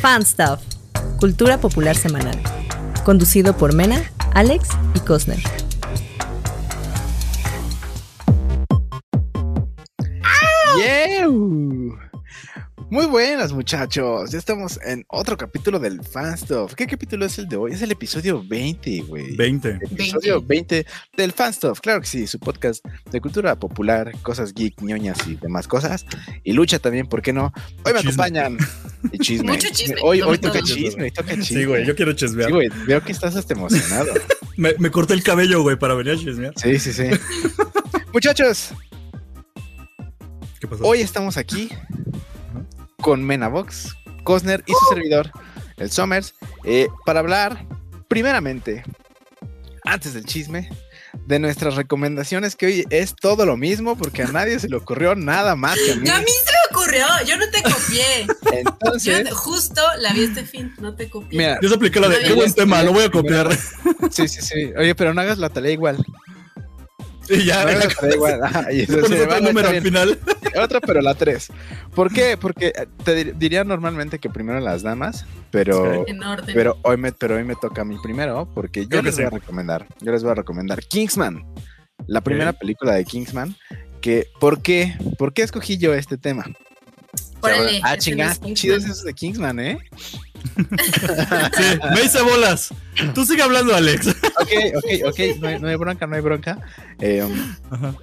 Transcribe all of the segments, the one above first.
Fan Stuff, Cultura Popular Semanal, conducido por Mena, Alex y Cosner. ¡Yew! Muy buenas muchachos, ya estamos en otro capítulo del Fan Stuff. ¿Qué capítulo es el de hoy? Es el episodio 20, güey. 20. Episodio 20 del Fan Stuff, claro que sí, su podcast de cultura popular, cosas geek, ñoñas y demás cosas. Y lucha también, ¿por qué no? Hoy me Chisme. acompañan. Y chisme. Mucho chisme, Hoy, sobre hoy toca todo. chisme, hoy toca chisme. Sí, güey, yo quiero chismear. Sí, güey, veo que estás hasta emocionado. me, me corté el cabello, güey, para venir a chismear. Sí, sí, sí. Muchachos, ¿Qué pasó? hoy estamos aquí con Menavox, Cosner y su ¡Uh! servidor, el Somers, eh, para hablar primeramente, antes del chisme, de nuestras recomendaciones, que hoy es todo lo mismo, porque a nadie se le ocurrió nada más que a mí. No, a mí se me ocurrió, yo no te copié. Yo Entonces, justo la vi este fin, no te copié. mira, Yo se apliqué la de qué buen tema, lo voy a copiar. sí, sí, sí. Oye, pero no hagas la tarea igual. y No ya, hagas Ah, la la tarea igual. Ajá, y eso pones sí, otro bueno, está número al bien. final. Otra, pero la 3. ¿Por qué? Porque eh, te dir- diría normalmente que primero las damas, pero, En orden. pero, hoy, me, pero hoy me toca a mí primero, porque yo Creo que les voy a sí. recomendar, yo les voy a recomendar Kingsman, la primera película de Kingsman, que ¿por qué? ¿Por qué escogí yo este tema? Órale, ah, ese chingas, no es chidos Kingsman. esos de Kingsman, ¿eh? Sí, me hice bolas. Tú sigue hablando, Alex. Ok, ok, ok, no hay, no hay bronca, no hay bronca. Eh, Ajá.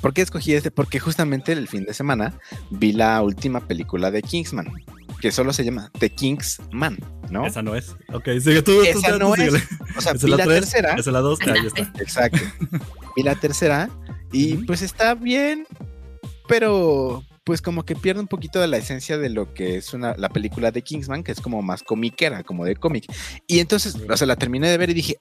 ¿Por qué escogí este? Porque justamente el fin de semana vi la última película de Kingsman, que solo se llama The Kingsman, ¿no? Esa no es. Ok, sigue tú. tú, Esa tú, no ¿ah? tú, síguele. O sea, Esa es vi la la 3, tercera. Esa es la 2. Ahí Ay, está. Exacto. Vi la tercera y Ujú. pues está bien, pero pues como que pierde un poquito de la esencia de lo que es una, la película de Kingsman, que es como más comiquera, como de cómic. Y entonces, o sea, la terminé de ver y dije,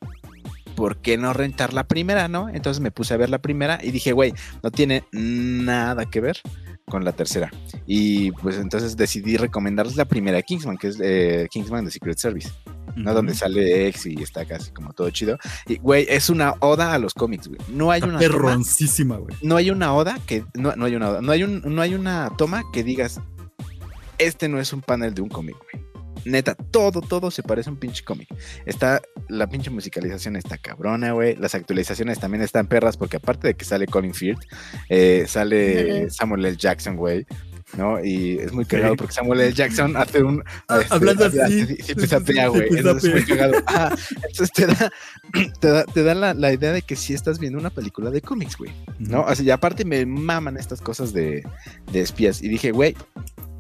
¿por qué no rentar la primera, no? Entonces me puse a ver la primera y dije, güey, no tiene nada que ver con la tercera. Y pues entonces decidí recomendarles la primera de Kingsman, que es eh, Kingsman de Secret Service. ¿no? Donde sale ex y está casi como todo chido. Y, güey, es una oda a los cómics, güey. No hay Está una toma, Perroncísima, güey. no hay una oda que no, no hay una oda, no hay un, no hay una toma que digas este no es un panel de un cómic, güey. Neta, todo, todo se parece a un pinche cómic. Está, la pinche musicalización está cabrona, güey. Las actualizaciones también están perras, porque aparte de que sale Colin Firth, eh, sale Ujú. Samuel L. Jackson, güey. ¿No? Y es muy Sí. cagado porque Samuel L. Jackson hace un, Ah, este, hablando habla- así, Sí, sí, sí, pues, sí, apea, sí, güey. pues, Entonces, apea. muy cagado. Ajá. Entonces, te da, te da, te da la, la idea de que sí estás viendo una película de cómics, güey. ¿No? Así, y aparte me maman estas cosas de, de espías. Y dije, güey,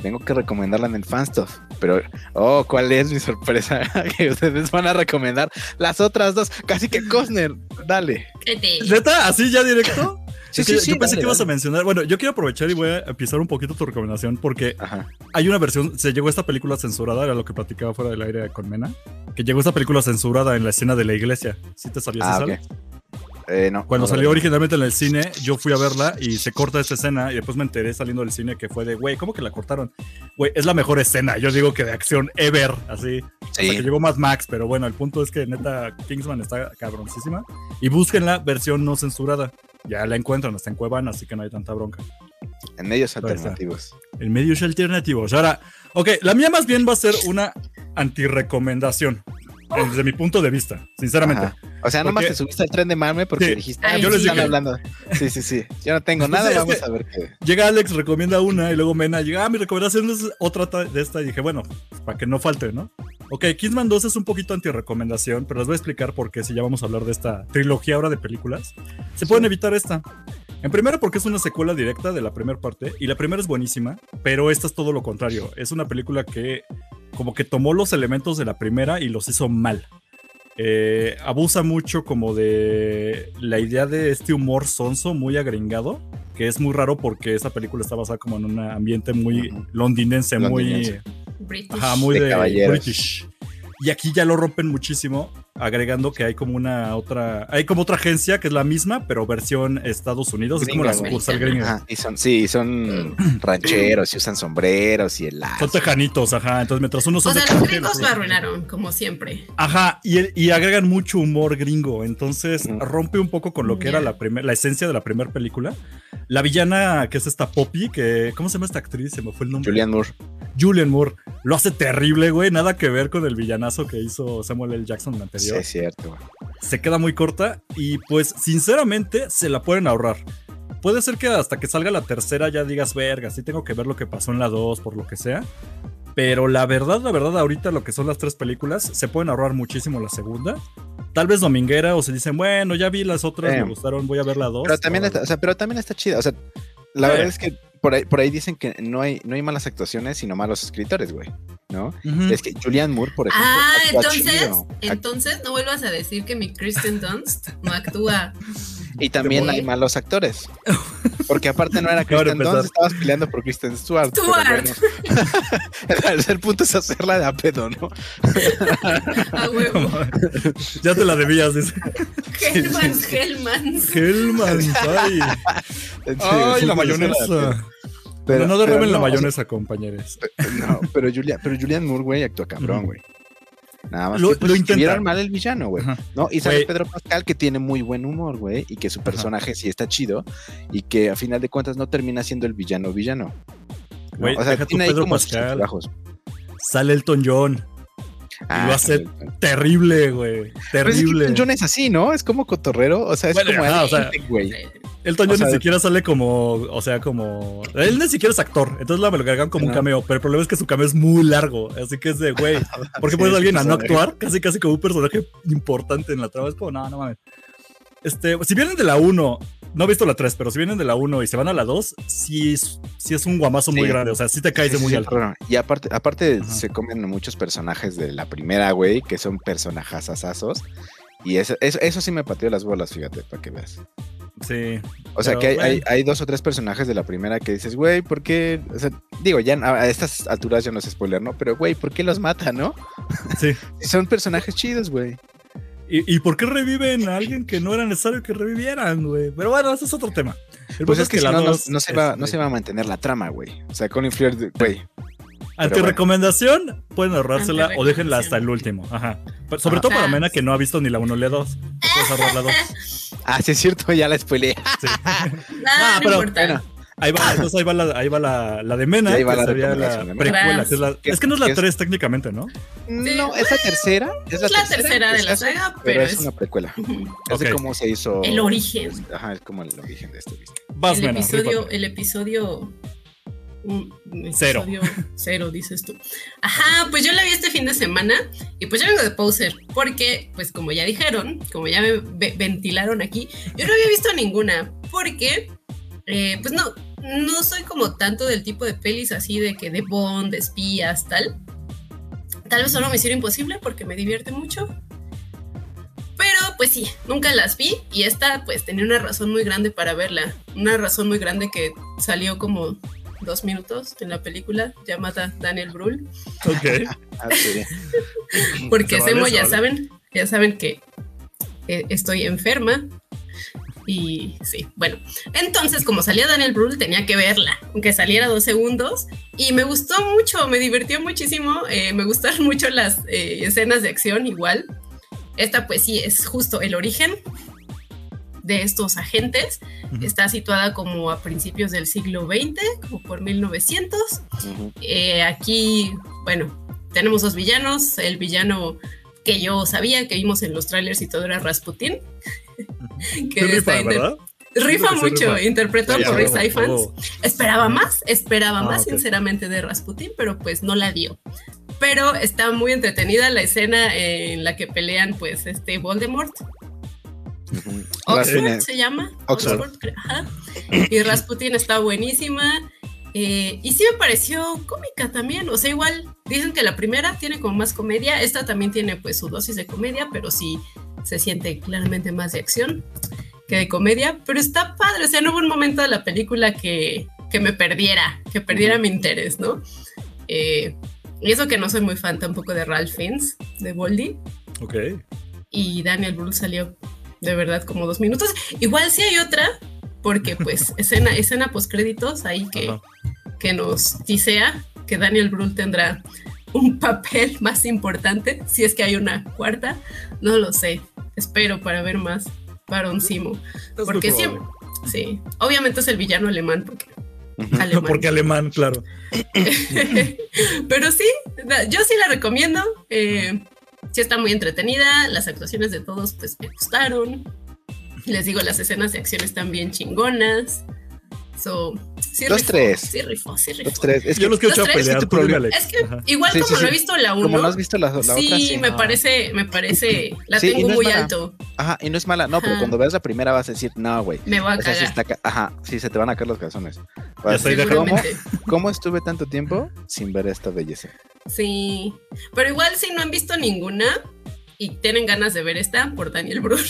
tengo que recomendarla en el fan stuff. Pero, oh, ¿cuál es mi sorpresa? que ustedes van a recomendar las otras dos. Casi que Cosner, dale. Cállate. ¿Neta? ¿Así ya directo? Es que yo pensé dale, que ibas a dale. mencionar. Bueno, yo quiero aprovechar y voy a empezar un poquito tu recomendación porque Ajá. hay una versión, se llegó esta película censurada, era lo que platicaba fuera del aire con Mena, que llegó esta película censurada en la escena de la iglesia. ¿Sí te sabías Ah, esa? ok. Eh, no. Cuando no, salió dale. originalmente en el cine, yo fui a verla y se corta esta escena y después me enteré saliendo del cine que fue de, güey, ¿cómo que la cortaron? Güey, es la mejor escena, yo digo que de acción ever, así. Hasta que Sí. llegó Mad Max, pero bueno, el punto es que neta Kingsman está cabroncísima y busquen la versión no censurada. Ya la encuentran, hasta en Cuevan, así que no hay tanta bronca. En medios está. alternativos. En medios alternativos. Ahora, ok, la mía más bien va a ser una antirecomendación. Desde mi punto de vista, sinceramente. Ajá. O sea, nomás Porque- te subiste al tren de mame porque Sí. dijiste, Ay, ah, yo yo les están dije. hablando. Sí, sí, sí. Yo no tengo nada, Es que- vamos a ver qué. Llega Alex, recomienda una y luego Mena llega, ah, mi recomendación es otra ta- de esta. Y dije, bueno, pues, para que no falte, ¿no? Ok, Kingsman 2 es un poquito antirecomendación, pero les voy a explicar por qué si ya vamos a hablar de esta trilogía ahora de películas. Se pueden Sí. evitar esta. En primera porque es una secuela directa de la primera parte y la primera es buenísima, pero esta es todo lo contrario. Es una película que como que tomó los elementos de la primera y los hizo mal. Eh, abusa mucho como de la idea de este humor sonso muy agringado, que es muy raro porque esta película está basada como en un ambiente muy Ujú. londinense, Londinense. muy, British. ajá, muy De de, caballeros. British. Y aquí ya lo rompen muchísimo, agregando que hay como una otra, hay como otra agencia que es la misma, pero versión Estados Unidos, es como Gringa, la güey. sucursal gringa. Ajá, y son, sí, son rancheros y usan sombreros y el lazo. Son tejanitos, ajá. Entonces, mientras unos O son de sea, los Chihuahua, gringos los lo otros- arruinaron, como siempre. Ajá, y, el- y agregan mucho humor gringo, entonces Ujú. rompe un poco con lo que era Ya. la, primer- la esencia de la primera película. La villana que es esta Poppy, que. ¿Cómo se llama esta actriz? Se me fue el nombre. Julian Moore. Julian Moore. Lo hace terrible, güey. Nada que ver con el villanazo que hizo Samuel L. Jackson en la Sí, anterior. es cierto, güey. Se queda muy corta y, pues, sinceramente, se la pueden ahorrar. Puede ser que hasta que salga la tercera ya digas, verga, sí tengo que ver lo que pasó en la 2, por lo que sea. Pero la verdad, la verdad, ahorita lo que son las tres películas, se pueden ahorrar muchísimo la segunda. Tal vez dominguera o se dicen, bueno, ya vi las otras, Eh. me gustaron, voy a ver la 2. Pero también, está, o sea, pero también está chida. O sea, la Sí. verdad es que por ahí, por ahí dicen que no hay, no hay malas actuaciones, sino malos escritores, güey. ¿No? Mm. Es que Julian Moore, por ejemplo. Ah, actúa entonces, chido. Ac- entonces no vuelvas a decir que mi Kristen Dunst no actúa. Y Este también Te voy. hay malos actores. Porque aparte no era Acabo de Kristen Dunst, empezar. estabas peleando por Kristen Stewart. pero Stewart. bueno. el tercer punto es hacerla de a pedo, ¿no? A huevo. ya te la debías, dice. Hellmans, Hellmans. Hellman, Sí, ay. Ay, sí, la sí, hacerla de a mayonesa. pedo. Pero, no derramen la o sea, mayonesa, compañeros. No, pero Julian, pero Julian Moore, güey, actúa cabrón, güey. Nada más Lo- que, pues, lo escribieron intenta. mal el villano, güey. Ajá. ¿no? Y sale Güey. Pedro Pascal que tiene muy buen humor, güey, y que su personaje sí está chido y que a final de cuentas no termina siendo el villano villano. ¿no? Güey, o sea, deja tu tiene ahí Pedro como sus Pascal. altibajos. Sale Elton John. lo Ah, hace Terrible, güey. Pero Pues es que Terrible. Elton John es así, ¿no? Es como cotorrero, o sea, es Bueno, como ajá, o sea, adicting, güey. Elton o John sea- ni siquiera sale como. O sea, como. Él ni siquiera es actor. Entonces la me lo cargan como un No. cameo. Pero el problema es que su cameo es muy largo. Así que es de, güey. ¿Por qué Sí, pones es a alguien un a no personaje. actuar? Casi, casi como un personaje importante en la trama. Es como, no, no mames. Este, si vienen de la 1, no he visto la 3, pero si vienen de la 1 y se van a la 2, sí, es- sí es un guamazo muy Sí. grande. O sea, sí te caes de Sí, muy sí, alto. claro. Y aparte, aparte Ajá. se comen muchos personajes de la primera, güey, que son personajazazazos. Y eso, eso, eso sí me pateó las bolas, fíjate, para que veas. Sí. O sea, Pero, que hay, hay- bueno. hay dos o tres personajes de la primera que dices, güey, ¿por qué? O sea, digo, ya a a estas alturas ya no es spoiler, ¿no? Pero, güey, ¿por qué los mata, no? Sí. Son personajes chidos, güey. ¿Y, y por qué reviven a alguien que no era necesario que revivieran, güey? Pero bueno, ese es otro tema. El Pues punto es que si la no, no, dos no se es- va, no se va a mantener la trama, güey. O sea, Colin Fleur, de- güey. Ante bueno. recomendación, pueden ahorrársela o déjenla Antirrecomendación. hasta el último. Ajá. Pero sobre Ajá. todo para Ah, Mena sí. que no ha visto ni la 1 ni la 2. Puedes ahorrar la 2. Ah, sí es cierto, ya la spoileé. Sí. Nada, Ah, pero- no importa. Ahí va, entonces ahí va la, ahí va la, la de Mena, Y ahí va que la sería la recomendación de Mena. precuela. Claro. que es, la- Que- es que no es la que es- 3 técnicamente, ¿no? No, es la tercera. Es la, Es la tercera de que se la hace, saga, Pero pero es es- una precuela. Es Ok. de cómo se hizo. pues, El origen. Ajá, es como el origen de este. ¿viste? Vas, el Mena. episodio, rífate. el episodio, un- un Cero. episodio cero, dices tú. Ajá, pues yo la vi este fin de semana y pues yo vengo de Poser, porque pues como ya dijeron, como ya me ve- ventilaron aquí, yo no había visto ninguna, porque eh, pues no, no soy como tanto del tipo de pelis así de que de Bond, de espías, tal. Tal vez solo me hicieron imposible porque me divierte mucho. Pero pues sí, nunca las vi y esta pues tenía una razón muy grande para verla. Una razón muy grande que salió como dos minutos en la película llamada Daniel Brühl. Ok. Ah, sí. Porque Se vale, Semo, se ya vale. saben, ya saben que eh, estoy enferma. Y sí, bueno. Entonces, como salía Daniel Brühl, tenía que verla, aunque saliera dos segundos. Y me gustó mucho, me divirtió muchísimo. eh, me gustaron mucho las eh, escenas de acción igual. Esta pues sí es justo el origen de estos agentes. Ujú. Está situada como a principios del siglo XX, como por 1900. Ujú. Eh, aquí, bueno, tenemos dos villanos. El villano que yo sabía, que vimos en los trailers y todo, era Rasputin. que Sí rifa, está inter- ¿verdad? rifa Sí, sí, mucho, rifa. interpretado Sí, a por Rick huevo, a Ifans. huevo. Esperaba más, esperaba Ah, más, ok. sinceramente, de Rasputin, pero pues no la dio. Pero está muy entretenida la escena en la que pelean, pues, este Voldemort. Ujú. Oxford Rasputin, se llama. Oxford. Oxford, creo, ajá. Y Rasputin está buenísima. eh, y sí me pareció cómica también. O sea, igual dicen que la primera tiene como más comedia. Esta también tiene pues su dosis de comedia, pero sí se siente claramente más de acción que de comedia. Pero está padre. O sea, no hubo un momento de la película que, que me perdiera, que perdiera mi interés, ¿no? Eh, y eso que no soy muy fan tampoco de Ralph Fiennes, de Boldy Ok. y Daniel Brühl salió de verdad como dos minutos. Igual sí hay otra, porque pues escena, escena post créditos ahí que, Ajá. que nos dicea que Daniel Brühl tendrá un papel más importante, si es que hay una cuarta, no lo sé. Espero para ver más Baron Simo. Es muy probable. Porque siempre, Sí. Obviamente es el villano alemán porque Ujú. alemán. Porque alemán, claro. Pero sí, da- yo sí la recomiendo. eh, sí está muy entretenida. Las actuaciones de todos pues me gustaron. Les digo, las escenas de acción están bien chingonas. So, sí Dos, rifó, tres. Sí rifó, sí rifó. Los tres. Es Yo que los quiero echar a Los tres, pelear. es que tu tú dime, problema- Alex. Es que Ajá. igual Sí, sí, como no he sí. visto la 1, como no has visto la, la sí, otra, sí. me no. parece, me parece, la Sí, y tengo no es muy mala. alto, Ajá, y no es mala, no, pero Ajá. cuando veas la primera vas a decir, no, güey. me va a Esa sí cagar. está ca- Ajá, sí, se te van a caer los calzones. Ya Vas a estoy de decir, acuerdo. ¿cómo, seguramente. ¿Cómo estuve tanto tiempo sin ver esta belleza? Sí, pero igual si no han visto ninguna y tienen ganas de ver esta por Daniel Brühl,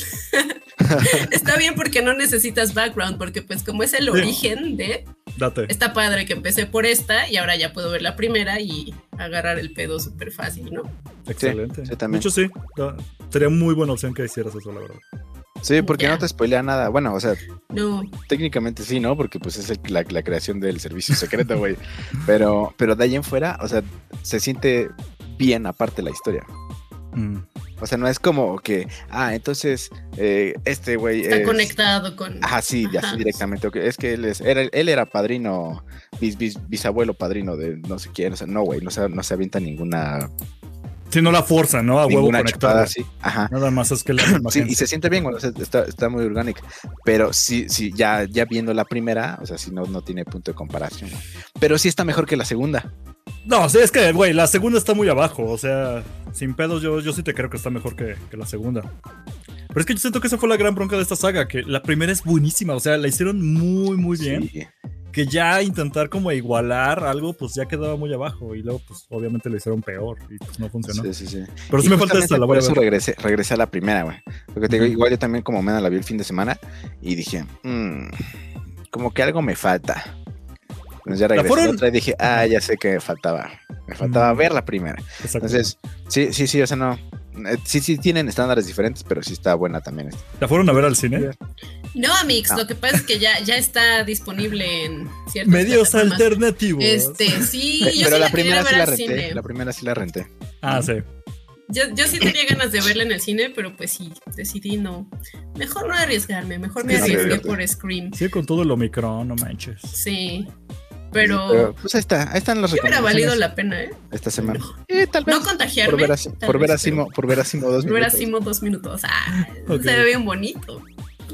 está bien porque no necesitas background, porque pues como es el Sí. origen de, Date. está padre que empecé por esta y ahora ya puedo ver la primera y agarrar el pedo súper fácil, ¿no? Excelente. sí, también. De hecho, sí. da- Sería muy buena opción que hicieras eso, la verdad. Sí, porque Ya. no te spoilea nada. Bueno, o sea, No, técnicamente sí, ¿no? Porque pues es el- la, la creación del servicio secreto, güey. Pero, pero de ahí en fuera, o sea, se siente bien aparte la historia. Mm. O sea, no es como que, ah, entonces, eh, este güey está es- conectado con... Ajá, sí, ya Ajá. sí, directamente. ok, Es que él, es, era, él era padrino, bis- bis- bisabuelo padrino de no sé quién. O sea, no, güey, no se, no se avienta ninguna, Si no la fuerza, ¿no? A huevo ninguna chupada conectada. así. Ajá. Nada más es que la Sí, imagen. y se siente bien, güey, o sea, está, está muy orgánica. Pero sí, sí, ya, ya viendo la primera, o sea, si no, no tiene punto de comparación. güey. Pero sí está mejor que la segunda. No, sí, es que, güey, la segunda está muy abajo. O sea, sin pedos, yo, yo sí te creo que está mejor que, que la segunda. Pero es que yo siento que esa fue la gran bronca de esta saga, que la primera es buenísima, o sea, la hicieron muy, muy bien. Sí. Que ya intentar como igualar algo, pues ya quedaba muy abajo. Y luego, pues obviamente lo hicieron peor y pues no funcionó. Sí, sí, sí. Pero sí Y me falta esta, justamente la Por voy a eso ver. regresé, regresé a la primera, güey. Porque te digo, Ujú. igual yo también como Mena la vi el fin de semana y dije, "Mm, como que algo me falta. Entonces ya regresé fueron- la otra y dije, ah, ya sé que me faltaba. Me faltaba Mm. ver la primera. Exacto. Entonces, sí, sí, sí, o sea, no. eh, Sí, sí, tienen estándares diferentes, pero sí está buena también. esta. ¿La fueron a ver al cine? No, Amix, No. lo que pasa es que ya, ya está disponible en ciertos Medios alternativos. Este, sí, Pe- Eh, pero yo sí la la quería primera sí ver la al renté. cine. La primera sí la renté. Ah, sí. Yo, yo sí tenía ganas de verla en el cine, pero pues sí, decidí no. Mejor no arriesgarme, mejor me Sí, no te arriesgué diviertes. por Scream. Sí, con todo el Omicron, no manches. Sí. Sí, Pero pues ahí está, ahí están las ¿qué hubiera valido recomendaciones la pena, ¿eh? esta semana. Eh, tal vez. No contagiarme. por ver a, tal por ver a vez, pero Simo, por ver a Simo dos Por ver a minutos. Simo dos minutos. Ah, Ok. se ve bien bonito.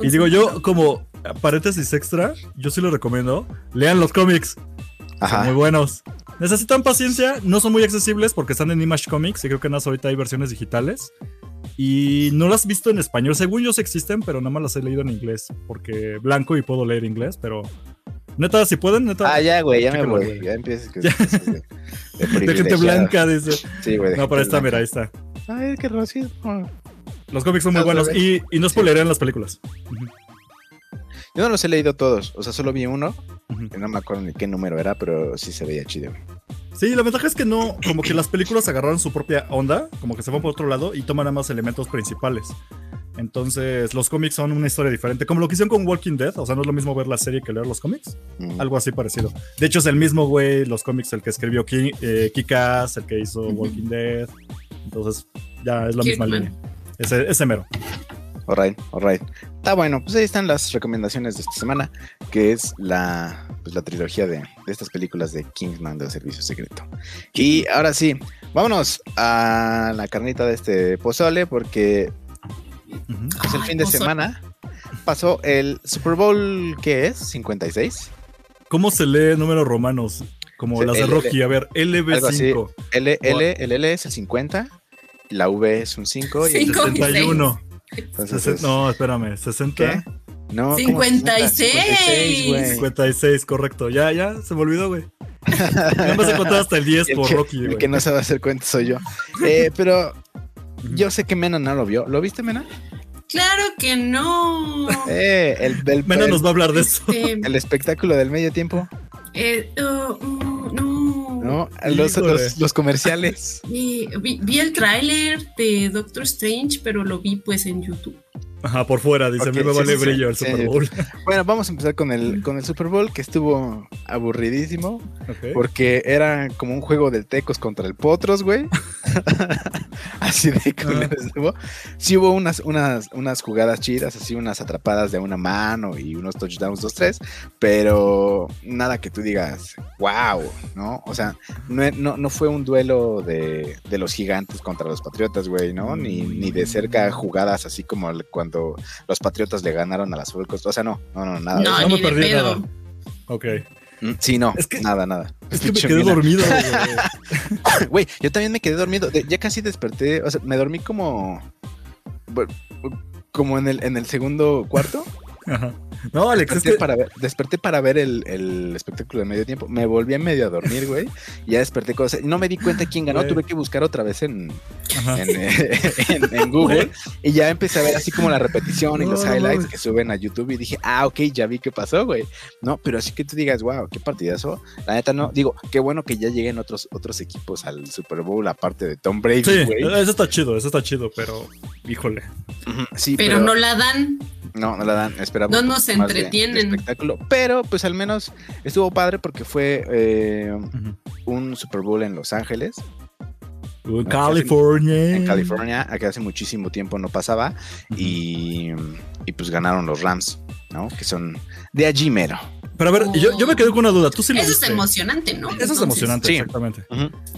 Y digo yo, como paréntesis extra, yo sí lo recomiendo. Lean los cómics, son muy Ajá. buenos. Necesitan paciencia, no son muy accesibles porque están en Image Comics y creo que nada más ahorita hay versiones digitales. Y no las he visto en español, según yo sí existen, pero nada más las he leído en inglés porque blanco y puedo leer inglés, pero neta, si pueden, neta, Ah, ya, güey, ya me Chécalo, voy. güey. Ya empiezas que. Ya. cosas de- de de gente privilegiado. blanca, dice. Sí, güey. de No, pero gente ahí está, blanca. mira, ahí está. Ay, qué racismo. Los cómics son muy Ah, buenos está y, y no spoilerean las películas. Yo no los he leído todos, o sea, solo vi uno, Ujú. que no me acuerdo ni qué número era, pero sí se veía chido. güey. Sí, la ventaja es que no, como que las películas agarraron su propia onda, como que se van por otro lado y toman nada más elementos principales. Entonces, los cómics son una historia diferente, como lo que hicieron con Walking Dead, o sea, no es lo mismo ver la serie que leer los cómics, Mm. algo así parecido. De hecho, es el mismo güey, los cómics, el que escribió Ki- eh, Kikas, el que hizo Ujú. Walking Dead, entonces ya es la misma Kirkman. línea. Ese, ese mero. Alright, alright. Está bueno, pues ahí están las recomendaciones de esta semana, que es la, pues, la trilogía de, de estas películas de Kingsman del Servicio Secreto. Y ahora sí, vámonos a la carnita de este pozole, porque Ujú. pues, el Ay, fin de pozole. semana pasó el Super Bowl, ¿qué es? ¿56? ¿Cómo se lee números romanos? Como Sí, las de L. Rocky, a ver, LB5, L, L, el L es el 50, la V es un 5 y el Cinco. 61. Entonces, Sesen- No, espérame, 60. ¿Qué? No, ¿cómo 56. 56, güey. 56, correcto. Ya, ya, se me olvidó, güey. Nada más he contado hasta el 10 El por que- Rocky, El güey. que no se va a hacer cuenta soy yo. Eh, pero Ujú. yo sé que Mena no lo vio. ¿Lo viste, Mena? Claro que no. Eh, el, el- Menos el- nos va a hablar de eso. Este, el espectáculo del medio tiempo, eh, oh, mm, no. ¿no? Los, Híjole. los- los comerciales. Eh, vi, vi el tráiler de Doctor Strange, pero lo vi pues en YouTube. Ajá, por fuera, Ok, dice, a mí me sí, vale sí, sí, brillo el sí. Super Bowl. Bueno, vamos a empezar con el, con el Super Bowl, que estuvo aburridísimo, Ok. porque era como un juego del Tecos contra el Potros, güey. así de Ah. culero estuvo. Sí hubo unas, unas, unas jugadas chidas, así unas atrapadas de una mano y unos touchdowns, dos, tres, pero nada que tú digas, wow, ¿no? O sea, no, e, no, no fue un duelo de, de los gigantes contra los patriotas, güey, ¿no? Ni, ni de Mm. cerca jugadas así como el- cuando los patriotas le ganaron a las Falcons. O sea, no, no, no, nada. de No, eso. no ni me de perdí pedo. nada. Ok. Mm, Sí, no, Es que- nada, nada. Es que me Pinche quedé Mina. dormido. güey. Güey, yo también me quedé dormido. de- ya casi desperté. O sea, me dormí como. bu- Como en el, en el segundo cuarto. Ajá. No, Alex, es Desperté, que para, ver, desperté para ver el, el espectáculo de medio tiempo. Me volví a medio a dormir, güey. y Ya desperté cosas. No me di cuenta quién ganó. Güey. Tuve que buscar otra vez en, Ajá. en, eh, en- en Google. Y ya empecé a ver así como la repetición y No, los no highlights mames. que suben a YouTube. Y dije, ah, ok, ya vi qué pasó, güey. No, pero así que tú digas, wow, qué partidazo. La neta no. Digo, qué bueno que ya lleguen otros, otros equipos al Super Bowl, aparte de Tom Brady, Sí, Eh. güey. eso está chido, eso está chido, pero híjole. Ujú, Sí, Pero no la dan. No, no la dan, esperamos. No un nos poco más de- de entretienen. espectáculo. Pero, pues al menos estuvo padre porque fue eh, Ujú. un Super Bowl en Los Ángeles, En California. en California, a que hace muchísimo tiempo no pasaba. Y, y, pues ganaron los Rams, ¿no? Que son de allí mero. Pero a ver, yo, yo me quedé con una duda. Tú sí lo Eso es viste. emocionante, ¿no? Eso es Entonces, emocionante, Sí. exactamente.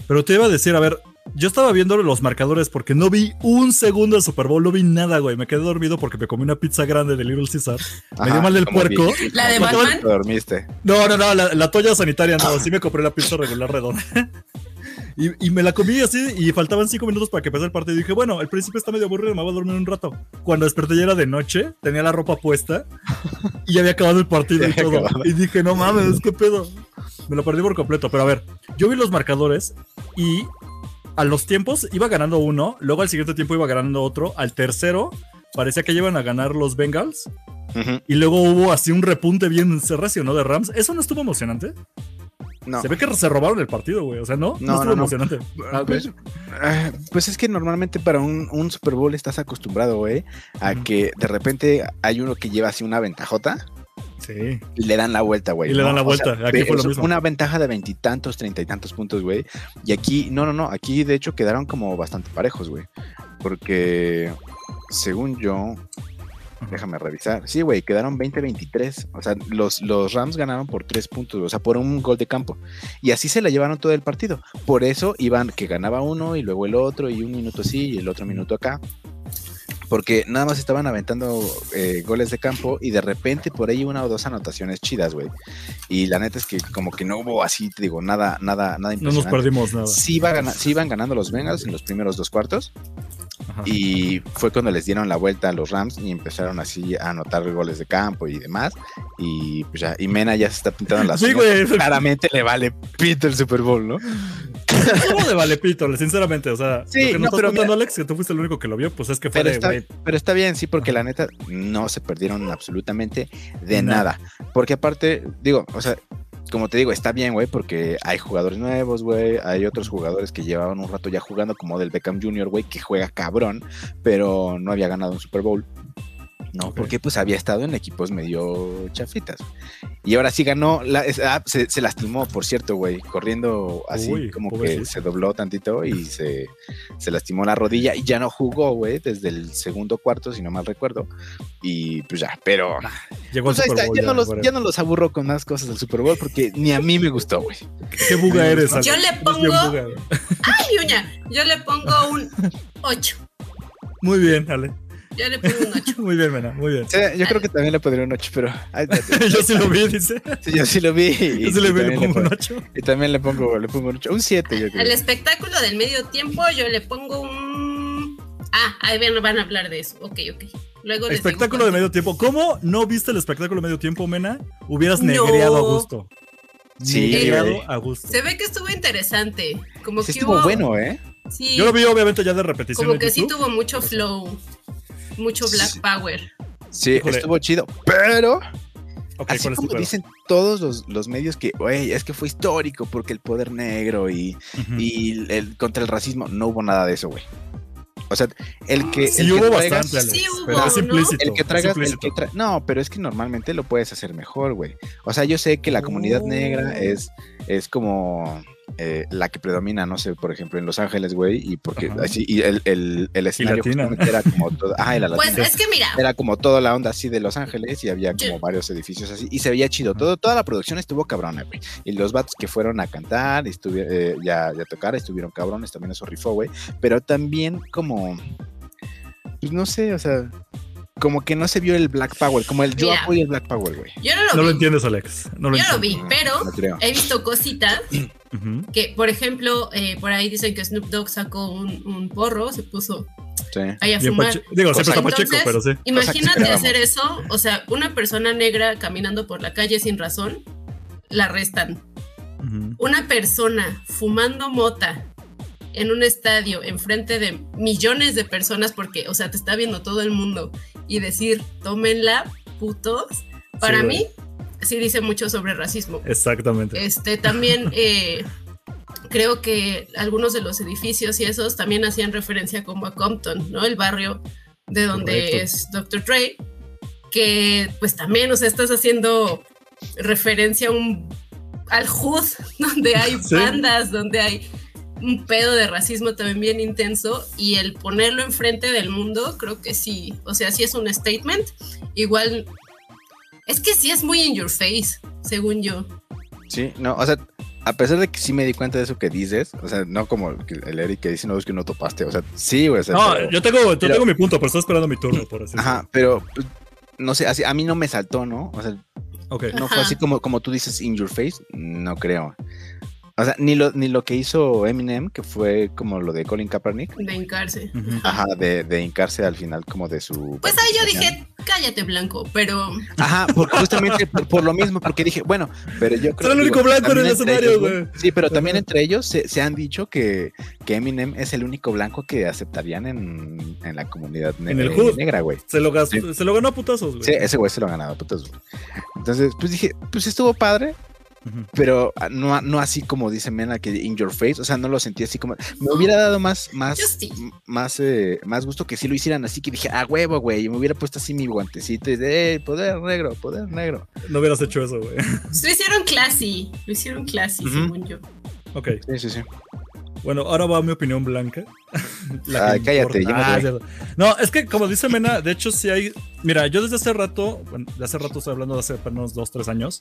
Pero te iba a decir, a ver, yo estaba viendo los marcadores porque no vi un segundo de Super Bowl, no vi nada, güey. Me quedé dormido porque me comí una pizza grande de Little Caesar. Me dio Ajá, mal del como puerco. viejito, La de como Batman. te dormiste. No, no, no, la, la toalla sanitaria no. Sí me compré la pizza regular redonda. Y, y me la comí así y faltaban cinco minutos para que empezara el partido. Y dije, bueno, el príncipe está medio aburrido, me voy a dormir un rato. Cuando desperté ya era de noche, tenía la ropa puesta y ya había acabado el partido Ya y había todo. acabado. Y dije, no mames, qué pedo. Me lo perdí por completo. Pero a ver, yo vi los marcadores y a los tiempos iba ganando uno, luego al siguiente tiempo iba ganando otro, al tercero parecía que iban a ganar los Bengals Ujú, y luego hubo así un repunte bien se racionó de Rams. ¿Eso no estuvo emocionante? No. Se ve que se robaron el partido, güey. O sea, no, no, No, estuvo no, no. emocionante. Ah, ok. Pues, ah, pues es que normalmente para un, un Super Bowl estás acostumbrado, güey, a Ujú. que de repente hay uno que lleva así una ventajota. Sí. y le dan la vuelta, güey. Y le dan la vuelta, aquí de- fue lo es mismo. Una ventaja de veintitantos, treinta y tantos puntos, güey. Y aquí, no, no, no. Aquí, de hecho, quedaron como bastante parejos, güey. Porque, según yo, déjame revisar. Sí, güey, quedaron 20-23. O sea, los, los Rams ganaron por tres puntos, o sea, por un gol de campo. Y así se la llevaron todo el partido. Por eso iban que ganaba uno y luego el otro, y un minuto así y el otro minuto acá. Porque nada más estaban aventando eh, goles de campo y de repente por ahí una o dos anotaciones chidas, güey. Y la neta es que como que no hubo así, te digo, nada, nada, nada No nos impresionante. perdimos nada. sí, iba gana- sí iban ganando los Bengals en los primeros dos cuartos. Ajá. Y fue cuando les dieron la vuelta a los Rams y empezaron así a anotar goles de campo y demás. Y pues ya, y Mena ya se está pintando las Sí, uñas. güey. Claramente le vale pito el Super Bowl, ¿no? Estuvo de valepito, sinceramente. O sea, Sí, lo que no, nos estás pero contando, Alex, que tú fuiste el único que lo vio, pues es que fue Pero de, está, güey, pero está bien, sí, porque la neta no se perdieron absolutamente de Nada. nada. Porque aparte, digo, o sea, como te digo, está bien, güey, porque hay jugadores nuevos, güey, hay otros jugadores que llevaban un rato ya jugando, como del Beckham Jr., güey, que juega cabrón, pero no había ganado un Super Bowl. No, Ok. porque pues había estado en equipos medio chafitas. Y ahora sí ganó, la, es- ah, se, se lastimó, por cierto, güey, corriendo así Uy, como que pobrecito. se dobló tantito y se, se lastimó la rodilla y ya no jugó, güey, desde el segundo cuarto, si no mal recuerdo. Y pues ya, pero llegó al pues ahí Super está, Bowl. ya, ya, no los, whatever. ya no los aburro con más cosas del Super Bowl porque ni a mí me gustó, güey. Qué buga eres, Alex. Yo le Eres pongo- bien buga. Ay, uña, yo le pongo un 8. Muy bien, Ale. Yo le pongo un 8. Muy bien, Mena. Muy bien. O sea, yo creo que también le pondría un 8, pero ay, Yo sí lo vi, dice. sí, yo sí lo vi. Y, Yo sí le y vi, también, le le pongo un pongo, 8. y también le pongo, le pongo un 8, un 7, yo Al creo. espectáculo del medio tiempo yo le pongo un... Ah, ahí ven- van a hablar de eso. Ok, ok. Luego les digo Espectáculo de cuánto. medio tiempo. ¿Cómo no viste el espectáculo de medio tiempo, Mena? Hubieras No. negreado a gusto. Sí, negreado güey. a gusto. Se ve que estuvo interesante. Como Sí que estuvo hubo- bueno, ¿eh? Sí, Yo lo vi obviamente ya de repetición. como en que sí YouTube. tuvo mucho flow. Mucho Black Sí. Power. Sí, Híjole. estuvo chido, pero Ok, Así ¿cuál es tu como pedo? dicen todos los, los medios que, güey, es que fue histórico porque el poder negro y, Ujú. y el, el- contra el racismo, no hubo nada de eso, güey. O sea, el que, Ah, Sí el que hubo traigas- bastante, Alex, Sí hubo, pero es ¿no? implícito. el que es traigas, el implícito. que tra- no, pero es que normalmente lo puedes hacer mejor, güey. O sea, yo sé que la comunidad Oh. negra es, es como eh, la que predomina, no sé, por ejemplo, en Los Ángeles, güey, y porque Ajá. así, y el, el, el escenario latina. justamente era como todo, ah, y la Pues latina. es que mira, era como toda la onda así de Los Ángeles y había como varios edificios así y se veía chido. Todo, toda la producción estuvo cabrona, güey. Y los vatos que fueron a cantar, estuvi- eh, ya, ya tocar, estuvieron cabrones, también eso rifó, güey. Pero también como, pues no sé, o sea, como que no se vio el Black Power, como el yo Mira. apoyo el Black Power, güey. yo no lo No lo vi. entiendes, Alex. No lo yo lo entiendes. vi, pero No creo. he visto cositas Ujú. que, por ejemplo, eh, por ahí dicen que Snoop Dogg sacó un, un porro, se puso Sí. ahí a Bien fumar. pache- Digo, Cosa- siempre está pacheco, Entonces- pero sí. Imagínate esperábamos. hacer eso, o sea, una persona negra caminando por la calle sin razón, la arrestan. Ujú. Una persona fumando mota en un estadio enfrente de millones de personas porque, o sea, te está viendo todo el mundo y decir, tómenla, putos, para Sí, mí sí dice mucho sobre racismo. Exactamente. Este, también eh, creo que algunos de los edificios y esos también hacían referencia como a Compton, ¿no? El barrio de donde Correcto. es Dr. Dre, que pues también, o sea, estás haciendo referencia a un, al hood, donde hay Sí. bandas, donde hay un pedo de racismo también bien intenso y el ponerlo enfrente del mundo, creo que sí, o sea, sí es un statement, igual es que sí es muy in your face, según yo. Sí, no, o sea, a pesar de que sí me di cuenta de eso que dices, o sea, no como el que- el Eric que dice, no, es que no topaste, o sea, sí, güey. o sea, No, Este, pero- yo tengo, yo pero- tengo mi punto, pero estoy esperando mi turno, por así Ajá, pero pues, no sé, así, a mí no me saltó, ¿no? O sea, decirlo. Ok. no Ajá. fue así como, como tú dices, in your face, no creo. O sea, ni lo, ni lo que hizo Eminem, que fue como lo de Colin Kaepernick, de hincarse. Ujú. ajá, de, de hincarse al final como de su... Pues ahí yo participación. dije, cállate blanco, pero Ajá, porque justamente por, por lo mismo, porque dije, bueno, pero yo creo Era el único digo, blanco en también el entre escenario, ellos, güey, güey. Sí, pero también Ajá. entre ellos se, se han dicho que, que Eminem es el único blanco que aceptarían en, en la comunidad ne- En el hood. negra, güey. Se lo, gastó- Sí. se lo ganó a putazos, güey. Sí, ese güey se lo ha ganado, putas, güey. Entonces, pues dije, pues estuvo padre, Ujú. pero ah, no, no así como dice Mena, que in your face, o sea, no lo sentí así como... Me hubiera dado más, más, Yo sí. m- más, eh, más gusto que si lo hicieran así, que dije, a huevo, güey, y me hubiera puesto así mi guantecito y de, "Eh, poder negro, poder negro. No hubieras hecho eso, güey. pues lo hicieron classy, lo hicieron classy, Ujú. según yo. Ok. Sí, sí, sí. Bueno, ahora va mi opinión blanca. La Ay, que cállate, importa. yo me Ah, voy. cierto. No, es que como dice Mena, de hecho sí hay... Mira, yo desde hace rato, bueno, de hace rato estoy hablando de hace apenas dos, tres años,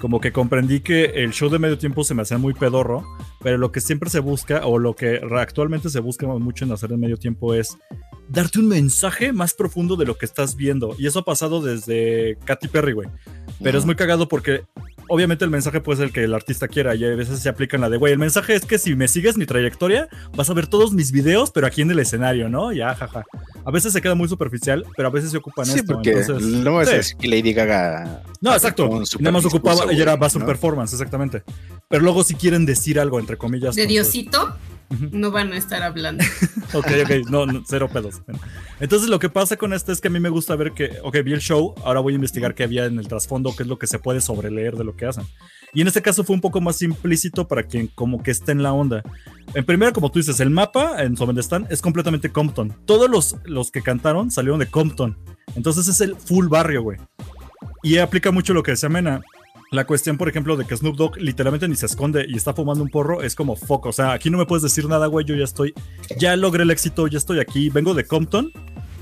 como que comprendí que el show de medio tiempo se me hacía muy pedorro, pero lo que siempre se busca, o lo que ra- actualmente se busca mucho en hacer en medio tiempo es darte un mensaje más profundo de lo que estás viendo. Y eso ha pasado desde Katy Perry, güey. Pero es Ah. muy cagado porque obviamente el mensaje puede ser el que el artista quiera y a veces se aplican la de, güey, el mensaje es que si me sigues mi trayectoria, vas a ver todos mis videos, pero aquí en el escenario, ¿no? Ya, jaja. A veces se queda muy superficial, pero a veces se ocupan sí, esto. porque entonces- no vas a Sí. decir que Lady Gaga. No, exacto. un Nada más superdiscurso, ocupaba, güey, ella era, va a su ¿no? performance, exactamente. Pero luego si quieren decir algo, entre comillas. De con su- Diosito Ujú. no van a estar hablando. Ok, ok, no, no, cero pedos. Entonces lo que pasa con esto es que a mí me gusta ver que, ok, vi el show, ahora voy a investigar qué había en el trasfondo, qué es lo que se puede sobreleer de lo que hacen. Y en este caso fue un poco más implícito para quien como que esté en la onda. En primera, como tú dices, el mapa en Somendestán es completamente Compton. Todos los, los que cantaron salieron de Compton. Entonces es el full barrio, güey. Y aplica mucho lo que decía Mena. La cuestión, por ejemplo, de que Snoop Dogg literalmente ni se esconde y está fumando un porro es como foco. O sea, aquí no me puedes decir nada, güey. Yo ya estoy, ya logré el éxito, ya estoy aquí, vengo de Compton.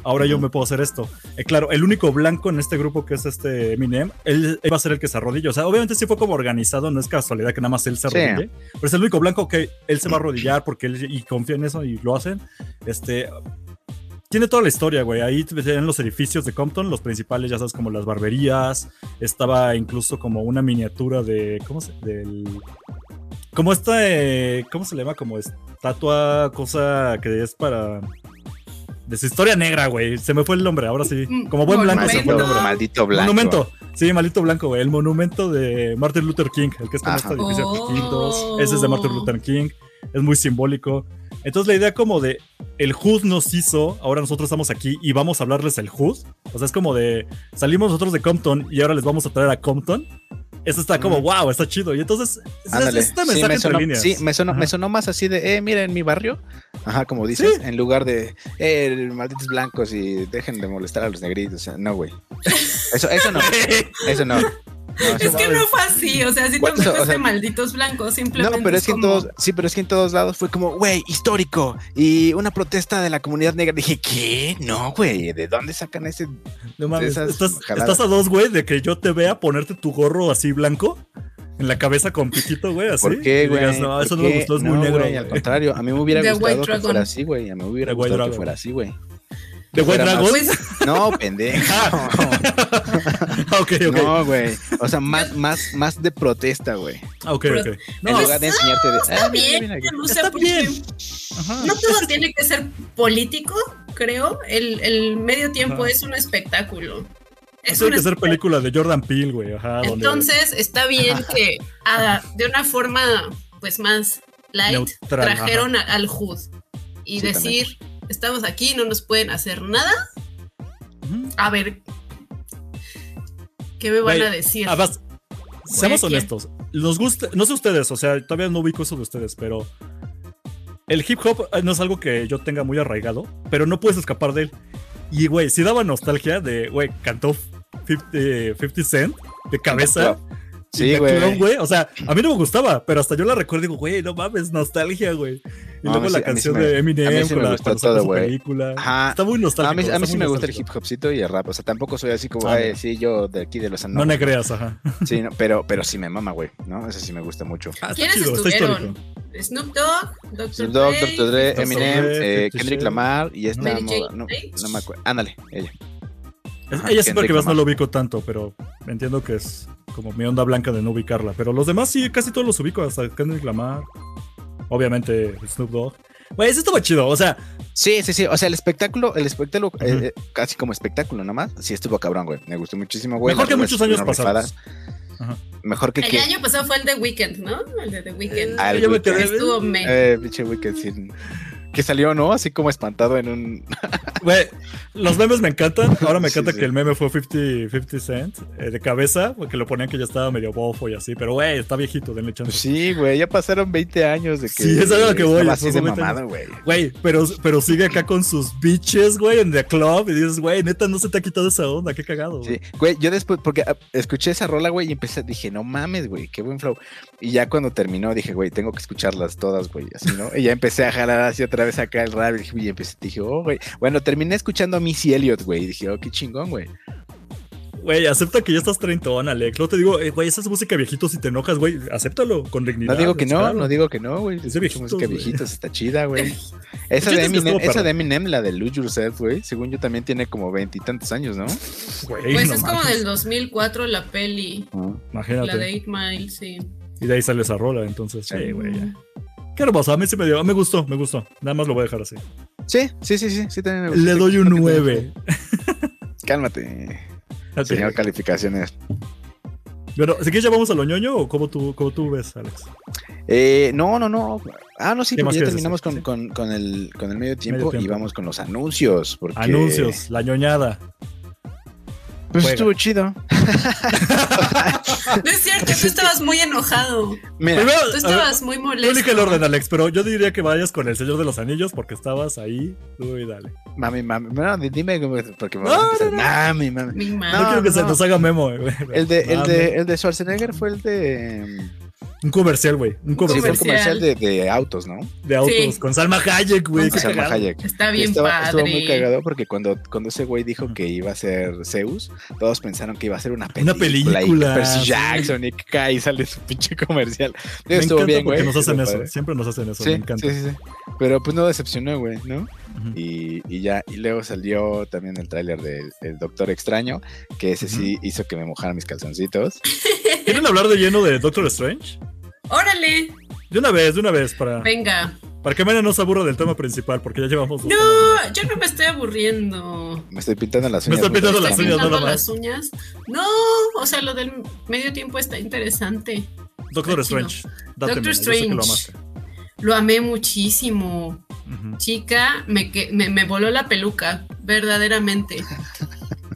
Ahora yo me puedo hacer esto. Eh, claro, el único blanco en este grupo que es este Eminem, él, él va a ser el que se arrodilla. O sea, obviamente sí fue como organizado, no es casualidad que nada más él se Sí. arrodille. Pero es el único blanco que él se va a arrodillar porque él y confía en eso y lo hacen. Este, tiene toda la historia, güey. Ahí en los edificios de Compton, los principales, ya sabes, como las barberías. Estaba incluso como una miniatura de. ¿Cómo se.? Del. Como esta. eh, ¿Cómo se le llama? Como estatua, cosa que es para. De su historia negra, güey. Se me fue el nombre, ahora sí. Mm, Como buen blanco Maldito, se fue el Monumento. nombre. maldito blanco. Monumento. Sí, maldito blanco, güey. El monumento de Martin Luther King, el que es como Ajá. este edificio de Oh. Quintos. Ese es de Martin Luther King. Es muy simbólico. Entonces la idea como de el HUD nos hizo, ahora nosotros estamos aquí y vamos a hablarles el HUD. O sea, es como de salimos nosotros de Compton y ahora les vamos a traer a Compton. Eso está como, Mm. wow, está chido. Y entonces, es- Ándale. es este Sí, mensaje me entre sonó, líneas. sí, me sonó, Ajá. me sonó más así de, eh, mira, en mi barrio. Ajá, como dices, en lugar de, eh, el- malditos blancos y dejen de molestar a los negritos. O sea, no, güey. Eso, eso no. eso no. No, eso Es que va- no fue así, o sea, si te Bueno, metes o sea, de malditos blancos, simplemente. No, pero es que en como- todos, sí, pero es que en todos lados fue como, güey, histórico y una protesta de la comunidad negra. Dije, ¿qué? No, güey, ¿de dónde sacan ese? No mames, esas estás, jaladas. estás a dos, güey, de que yo te vea ponerte tu gorro así blanco en la cabeza con pitito, güey, así. ¿Por qué, ¿Ah, y güey? digas, no, ¿Por eso no qué? me gustó, es muy No, negro. güey, güey. al contrario, a mí me hubiera The White gustado que Dragon. fuera así, güey. A mí me hubiera The White gustado que Dragon. fuera así, güey. ¿De fuera White más- Dragon? Pues No, pendejo. Ah, ok, ok. No, güey. O sea, más, más, más de protesta, güey. Ah, ok, Pero- ok. en No, lugar de enseñarte de. está "Ah, mira, bien, mira, o sea, está porque bien. Ajá. no todo tiene que ser político, creo. El, el medio tiempo Ajá. es un espectáculo. Es Eso un tiene que ser película de Jordan Peele, güey. Ajá. donde- Entonces está bien que ah, de una forma pues más light Neutral, ajá. trajeron a- al HUD y Sí, decir estamos aquí, no nos pueden hacer nada. Ujú. A ver, ¿qué me van Güey, a decir? Además, seamos ¿quién? honestos. Nos gusta, no sé ustedes, o sea, todavía no ubico eso de ustedes, pero el hip hop eh, no es algo que yo tenga muy arraigado, pero no puedes escapar de él. Y, güey, sí daba nostalgia de, güey, cantó 50, eh, 50 Cent de cabeza. y Sí, de clon, güey. güey. O sea, a mí no me gustaba, pero hasta yo la recuerdo y digo, güey, no mames, nostalgia, güey. Y No, a luego mí la sí- a mí sí canción me- de a mí sí Eminem me con la, gustó cuando sacó todo, su güey. película. Ajá. Está muy No, nostálgico. a mí, a está mí sí muy me gusta el nostálgico. hip hopcito y el rap. O sea, tampoco soy así como, Ah, ay, no. sí, yo de aquí de los No me creas, ajá. Sí, no, pero, pero sí me mama, güey, ¿no? Ese sí me gusta mucho. Ah, está ¿Quiénes chido, está estuvieron? histórico. Snoop Dogg, Dr. Snoop Dogg, Dre, Dr. Dre, Dr. Eminem, Dre, eh, Fifty Kendrick Shades. Lamar y esta Mary J. moda. No, Blige. no me acuerdo. Ándale, ella. Es- Ajá, ella siempre Kendrick que ves no Lamar. lo ubico tanto, pero entiendo que es como mi onda blanca de no ubicarla. Pero los demás sí, casi todos los ubico, hasta Kendrick Lamar. Obviamente Snoop Dogg. Güey, eso estaba chido. O sea, Sí, sí, sí. O sea, el espectáculo, el espectáculo, eh, Ujú. eh, casi como espectáculo nomás. Sí, estuvo cabrón, güey. Me gustó muchísimo, güey. mejor Las que rolas muchos años estuvieron rifadas. pasados. Ajá. Mejor que El que. año pasado fue el de Weekend, ¿no? El de The Weekend. Al Yo me Weeknd. quedé- Estuvo me. Ah, Eh, pinche güey, que sí. Que salió, ¿no? Así como espantado en un. Güey, los memes me encantan. Ahora me Sí, encanta sí. que el meme fue 50, 50 Cent eh, de cabeza, porque lo ponían que ya estaba medio bofo y así. Pero, güey, está viejito, denle chance. Pues sí, güey. Ya pasaron 20 años de que. Sí, eso es a lo que voy, estaba así esos de 20 mamada, güey. Güey, pero, pero sigue acá con sus bitches, güey, en The Club. Y dices, güey, neta, no se te ha quitado esa onda, qué cagado. güey. Sí, güey, yo después, porque ah, escuché esa rola, güey, y empecé, dije, no mames, güey, qué buen flow. Y ya cuando terminó, dije, güey, tengo que escucharlas todas, güey, así, ¿no? Y ya empecé a jalar así otra vez acá el rap, y dije, y empecé, dije, oh, güey. Bueno, terminé escuchando a Missy Elliott, güey, y dije, oh, qué chingón, güey. Güey, acepta que ya estás treintón, Alex. No te digo, eh, güey, esa es música viejito si te enojas, güey. Acéptalo con dignidad. No digo que no, espéralo. no digo que no, güey. de Escucho viejitos, música güey. viejitos, está chida, güey. Esa chiste es de que Eminem, estuvo esa perra. de Eminem, la de Lose Yourself, güey, según yo también tiene como veintitantos años, ¿no? Güey, Pues no es mames. como del 2004 la peli. La Imagínate. de 8 Mile, sí. Y de ahí sale esa rola, entonces. Sí, Sí. güey, ya. Qué hermoso, a mí sí me dio. Me gustó, me gustó. Nada más lo voy a dejar así. Sí, sí, sí, sí, sí, también me gusta. Le doy un Creo que también- 9. Cálmate, señor calificaciones. Bueno, si quieres ya vamos a lo ñoño o cómo tú, cómo tú ves, Alex. Eh, no, no, no. Ah, no, sí, ¿Qué más porque ya quieres terminamos hacer? con, Sí. con- con el, con el medio tiempo, Medio tiempo. y vamos con los anuncios. Porque, Anuncios, la ñoñada. Pues Juega. estuvo chido. No es cierto, tú estabas muy enojado. Mira, Primero, Tú Ah. a ver, estabas muy tú elige el molesto. orden, Alex, pero yo diría que vayas con el Señor de los Anillos porque estabas ahí. Tú y dale. mami, mami. No, di- dime, cómo es, porque me No, vas a empezar. no, no. Mami, mami. Mi No, madre. quiero que se no. nos haga memo, eh, güey. El de, el, Mame. de, el de Schwarzenegger fue el de. Un comercial, güey. Un Sí, fue comercial el comercial de, de autos, ¿no? de autos Sí. con Salma Hayek, güey. Con qué Salma cagado. Hayek. Está Y bien estaba, padre. estuvo muy cagado porque cuando, cuando ese güey dijo que iba a ser Zeus, todos pensaron que iba a ser una película. Una película, Y Percy sí. Jackson y cae y sale su pinche comercial. Me estuvo encanta bien, porque güey. nos hacen estuvo eso. padre. Siempre nos hacen eso. Sí, me encanta. sí, sí, sí. Pero pues no decepcionó, güey, ¿no? Ujú. Y, y ya, y luego salió también el tráiler del el Doctor Extraño, que ese sí hizo que me mojaran mis calzoncitos. ¿Quieren hablar de lleno de Doctor Strange? Órale, De una vez, de una vez, para, venga. para que Mena no se aburra del tema principal, porque ya llevamos. dos temas. No, yo no me estoy aburriendo. Me estoy pintando las Me uñas. estoy güey. pintando ¿Estás las uñas, pintando nada más. las uñas? No, o sea, lo del medio tiempo está interesante. Doctor Está chido. Strange. Date, Doctor Mena, yo sé que lo amaste. Lo amé muchísimo. Ujú. Chica, me, que- me, me voló la peluca, verdaderamente.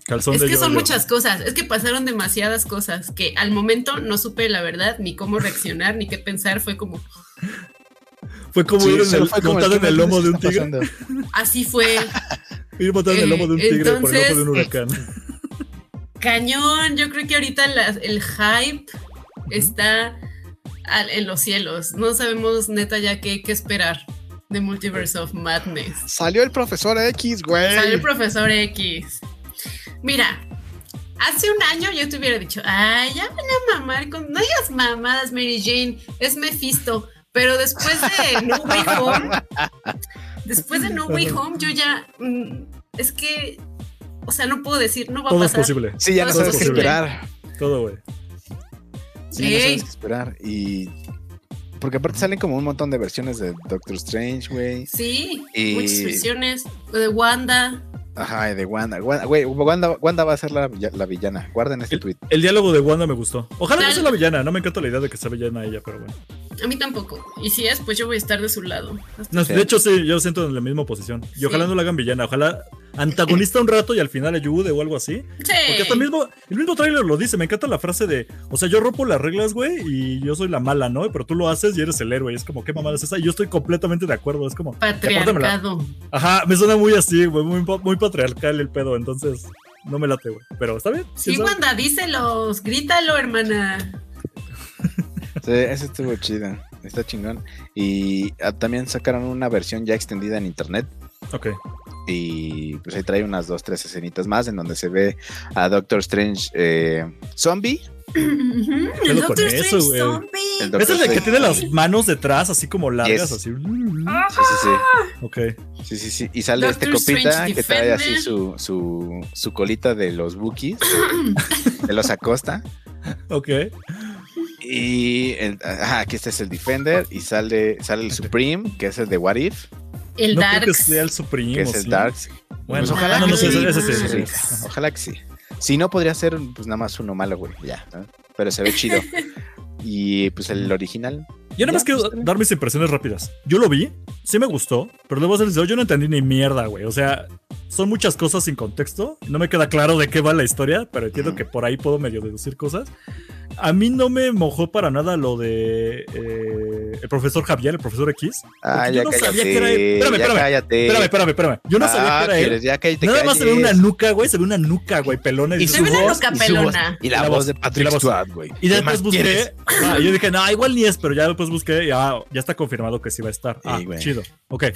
Calzón es de que son yo-yo. muchas cosas, es que pasaron demasiadas cosas que al momento no supe la verdad, ni cómo reaccionar, ni qué pensar, fue como, Fue como Sí, ir en solo el, fue como montado en ¿qué el lomo de un está tigre. pasando? así fue. Ir montado en el Eh, lomo de un tigre por el ojo de entonces, un huracán. Cañón, yo creo que ahorita la- el hype está al- en los cielos. No sabemos neta ya qué, qué esperar de Multiverse of Madness. Salió el profesor X, güey. Salió el profesor X. Mira, hace un año yo te hubiera dicho, ay, ya van a mamar con. No digas mamadas, Mary Jane, es Mephisto. Pero después de No Way Home, después de No Way Home, yo ya. mm, es que. O sea, no puedo decir, no va Todo a es pasar. posible. Sí, ya no Todo sabes es qué posible. esperar. Todo, güey. Sí, no Ey. sabes qué esperar. Y. Porque aparte salen como un montón de versiones de Doctor Strange, güey. Sí, Y- muchas versiones. Lo de Wanda. Ajá, y de Wanda. Wanda- Güey, Wanda, Wanda va a ser la, vill- la villana. Guarden este tweet. El diálogo de Wanda me gustó. Ojalá no Tal- sea la villana. No me encanta la idea de que sea villana ella, pero bueno. A mí tampoco. Y si es, pues yo voy a estar de su lado. No, Sí. De hecho, sí, yo siento en la misma posición. Y ojalá Sí. no la hagan villana. Ojalá antagonista un rato y al final ayude o algo así. Sí. Porque hasta mismo, el mismo tráiler lo dice. Me encanta la frase de, o sea, yo rompo las reglas, güey, y yo soy la mala, ¿no? Pero tú lo haces y eres el héroe. Y es como, ¿qué mamada es esa? Y yo estoy completamente de acuerdo. Es como, apártamela. Patriarcado. Ajá, me suena muy así, güey, muy, pa- muy patriarcal el pedo. Entonces, no me late, güey. Pero está bien. ¿Quién Sí, sabe? Wanda, díselos, grítalo, hermana. Sí, ese estuvo chido. Está chingón. Y ah, también sacaron una versión ya extendida en internet. Ok. Y pues ahí trae unas dos, tres escenitas más en donde se ve a Doctor Strange eh, zombie. El pedo con Doctor eso, Strange güey? zombie. El ¿Es Doctor el de que Strange. tiene las manos detrás, así como largas, Yes. así? Sí, sí, Ok. sí. Sí, sí, sí. Y sale Doctor este copita Strange que trae así Defender. su, su, su colita de los Wookiees, de los Acosta. Ok. Y el- ajá, aquí este es el Defender. Y sale, sale el Supreme, que es el de What If, El no Dark. creo que sea el Supreme. que o es el sí. Darks. Bueno, Pues ojalá no, que no, sé, sí. ese sí, Sí, ese sí. sí. Ojalá que sí. Si no, podría ser pues nada más uno malo, güey. Ya, ¿no? Pero se ve chido. Y pues el original. Yo nada más Ya, quiero pues, dar mis impresiones rápidas. Yo lo vi, sí me gustó, pero debo ser sincero, yo no entendí ni mierda, güey. O sea, son muchas cosas sin contexto. No me queda claro de qué va la historia, pero entiendo Ujú. que por ahí puedo medio deducir cosas. A mí no me mojó para nada lo de eh, el profesor Javier, el profesor X. Ah, ya Porque yo no cállate. sabía que era él. Espérame, ya espérame. cállate. Espérame, espérame, espérame. Yo no sabía Eh, Ah, que era quieres, él. Ya cállate, Nada más se ve una calles. nuca, güey. Se ve una nuca, güey, pelona. Y, Y dices, "Oh, Se ve una voz, loca y su pelona. Y la, voz de y la Patrick voz. Stewart, güey. Y ¿Qué después más busqué. quieres? ajá, y yo dije, no, igual ni es, pero ya después busqué y ah, ya está confirmado que sí va a estar. Ah, Sí, güey. chido. Ok. ¿Se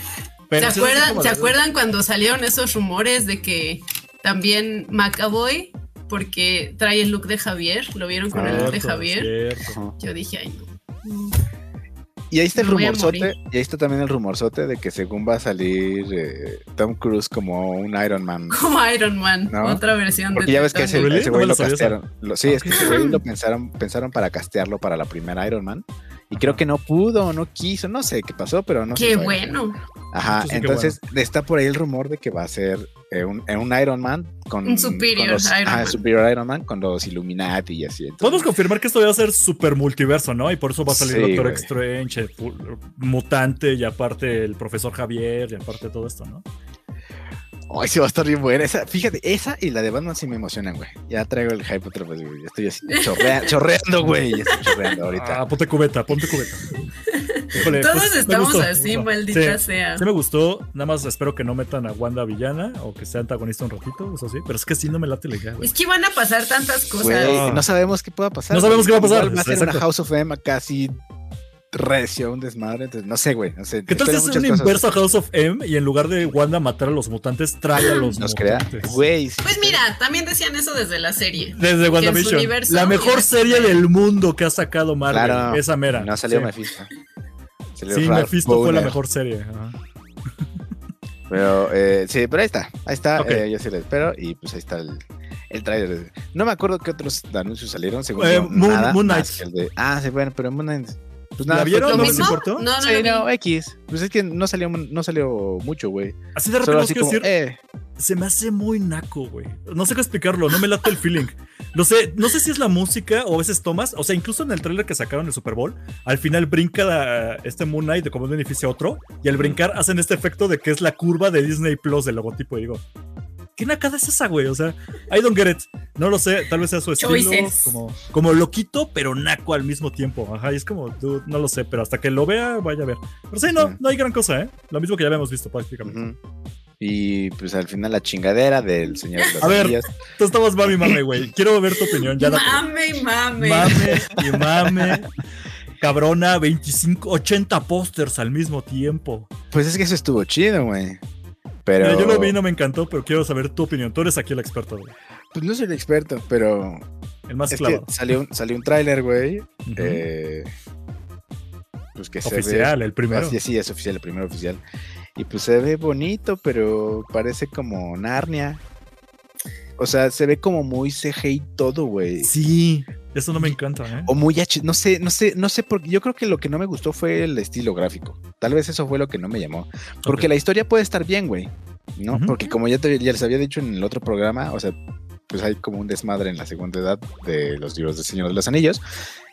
Pero sí, así acuerdan, como ¿se la- acuerdan cuando salieron esos rumores de que también Macaboy, porque trae el look de Javier, lo vieron con el look de Cierto, Javier? cierto. Yo dije, ay, no. Y ahí está el Me voy a rumorzote. morir. Y ahí está también el rumorzote de que según va a salir eh, Tom Cruise como un Iron Man. Como Iron Man, ¿No? otra versión Porque de ya ves que Titanic. ese, ¿Really? ese No güey me lo lo sabía esa. castearon. Lo- sí, es que ese güey lo pensaron, pensaron para castearlo para la primera Iron Man. Y creo que no pudo, no quiso, no sé qué pasó, pero no Qué se fue. bueno. Ajá, Eso sí, qué entonces está por ahí el rumor de que va a ser eh, un, eh, un Iron Man con. Un superior con los- Iron ajá, Man. superior Iron Man con los Illuminati y así. entonces- Podemos confirmar que esto va a ser super multiverso, ¿no? Y por eso va a salir Sí, Doctor güey. Strange, el fu- mutante, y aparte el profesor Javier, y aparte todo esto, ¿no? Ay, sí, va a estar bien buena. Esa, fíjate, esa y la de Batman sí me emocionan, güey. Ya traigo el hype otra vez, güey. Ya Estoy así chorrea- chorreando, güey. Ya estoy chorreando ahorita. Ah, ponte cubeta, ponte cubeta. Híjole, Todos pues, me estamos gustó, me así, gustó. maldita Sí. sea. Sí me gustó, nada más espero que no metan a Wanda villana o que sea antagonista un ratito, eso sí, pero es que sí no me late la idea, güey. Es que van a pasar tantas cosas. Güey, sea- no sabemos qué pueda pasar. No sabemos güey. qué va a pasar. Igual Va a ser una Exacto. House of M casi recio, un desmadre. Entonces, no sé, güey. No sé. ¿Qué tal si Espero es muchas un cosas. inverso a House of M y en lugar de Wanda matar a los mutantes, trae a los Nos crea. mutantes? Güey. sí. Pues mira, también decían eso desde la serie. Desde WandaVision. universo La mejor hubiera- serie del mundo que ha sacado Marvel. Claro. Esa mera. No salió sí. Mephisto. Salió Sí, Ralph Mephisto fue la Bowner. mejor serie. ajá. Pero eh, sí, pero ahí está. Ahí está. Ok. eh, yo sí la espero. Y pues ahí está el, el trailer. No me acuerdo qué otros anuncios salieron. Según Eh, yo, Moon- nada Moon más Knight. que el de- ah, sí, bueno, pero Moon Knight. Pues ¿La nada, vieron? fue- ¿Lo ¿No les mismo? importó? No, no, Sí, lo vi. no, X. Pues es que no salió, no salió mucho, güey. Así de repente Solo los así quiero como, decir, eh, se me hace muy naco, güey. No sé cómo explicarlo, no me late el feeling. No sé, no sé si es la música o a veces tomas, o sea, incluso en el tráiler que sacaron el Super Bowl, al final brinca la- este Moon Knight de como de un edificio a otro, y al brincar hacen este efecto de que es la curva de Disney Plus del logotipo, y digo, ¿qué nacada es esa, güey? O sea, I don't get it. No lo sé, tal vez sea su estilo, Choices. como, como loquito, pero naco al mismo tiempo. Ajá, y es como, dude, no lo sé, pero hasta que lo vea, vaya a ver. Pero sí, no, Sí. no hay gran cosa, ¿eh? Lo mismo que ya habíamos visto prácticamente. ujú. Y pues al final la chingadera del señor de las A ver. anillas. Tú estabas mami, mame, güey. Quiero ver tu opinión. Ya la- mame y mame. mame y mame. Cabrona, 25, 80 pósters al mismo tiempo. Pues es que eso estuvo chido, güey. Pero Mira, yo lo vi y no me encantó, pero quiero saber tu opinión. Tú eres aquí el experto, güey. pues no soy el experto, pero El más es clavado. que salió un, salió un tráiler, güey. Ujú. eh, pues que se ve Oficial, el primero. Así, sí, es oficial, el primer oficial. Y pues se ve bonito, pero parece como Narnia. O sea, se ve como muy CGI todo, güey. Sí. Eso no me encanta, ¿eh? O muy H, no sé, no sé, no sé, porque yo creo que lo que no me gustó fue el estilo gráfico. Tal vez eso fue lo que no me llamó. Porque Ok. la historia puede estar bien, güey. ¿No? Ujú. Porque como ya, te- ya les había dicho en el otro programa, o sea, pues hay como un desmadre en la segunda edad de los libros del Señor de los Anillos.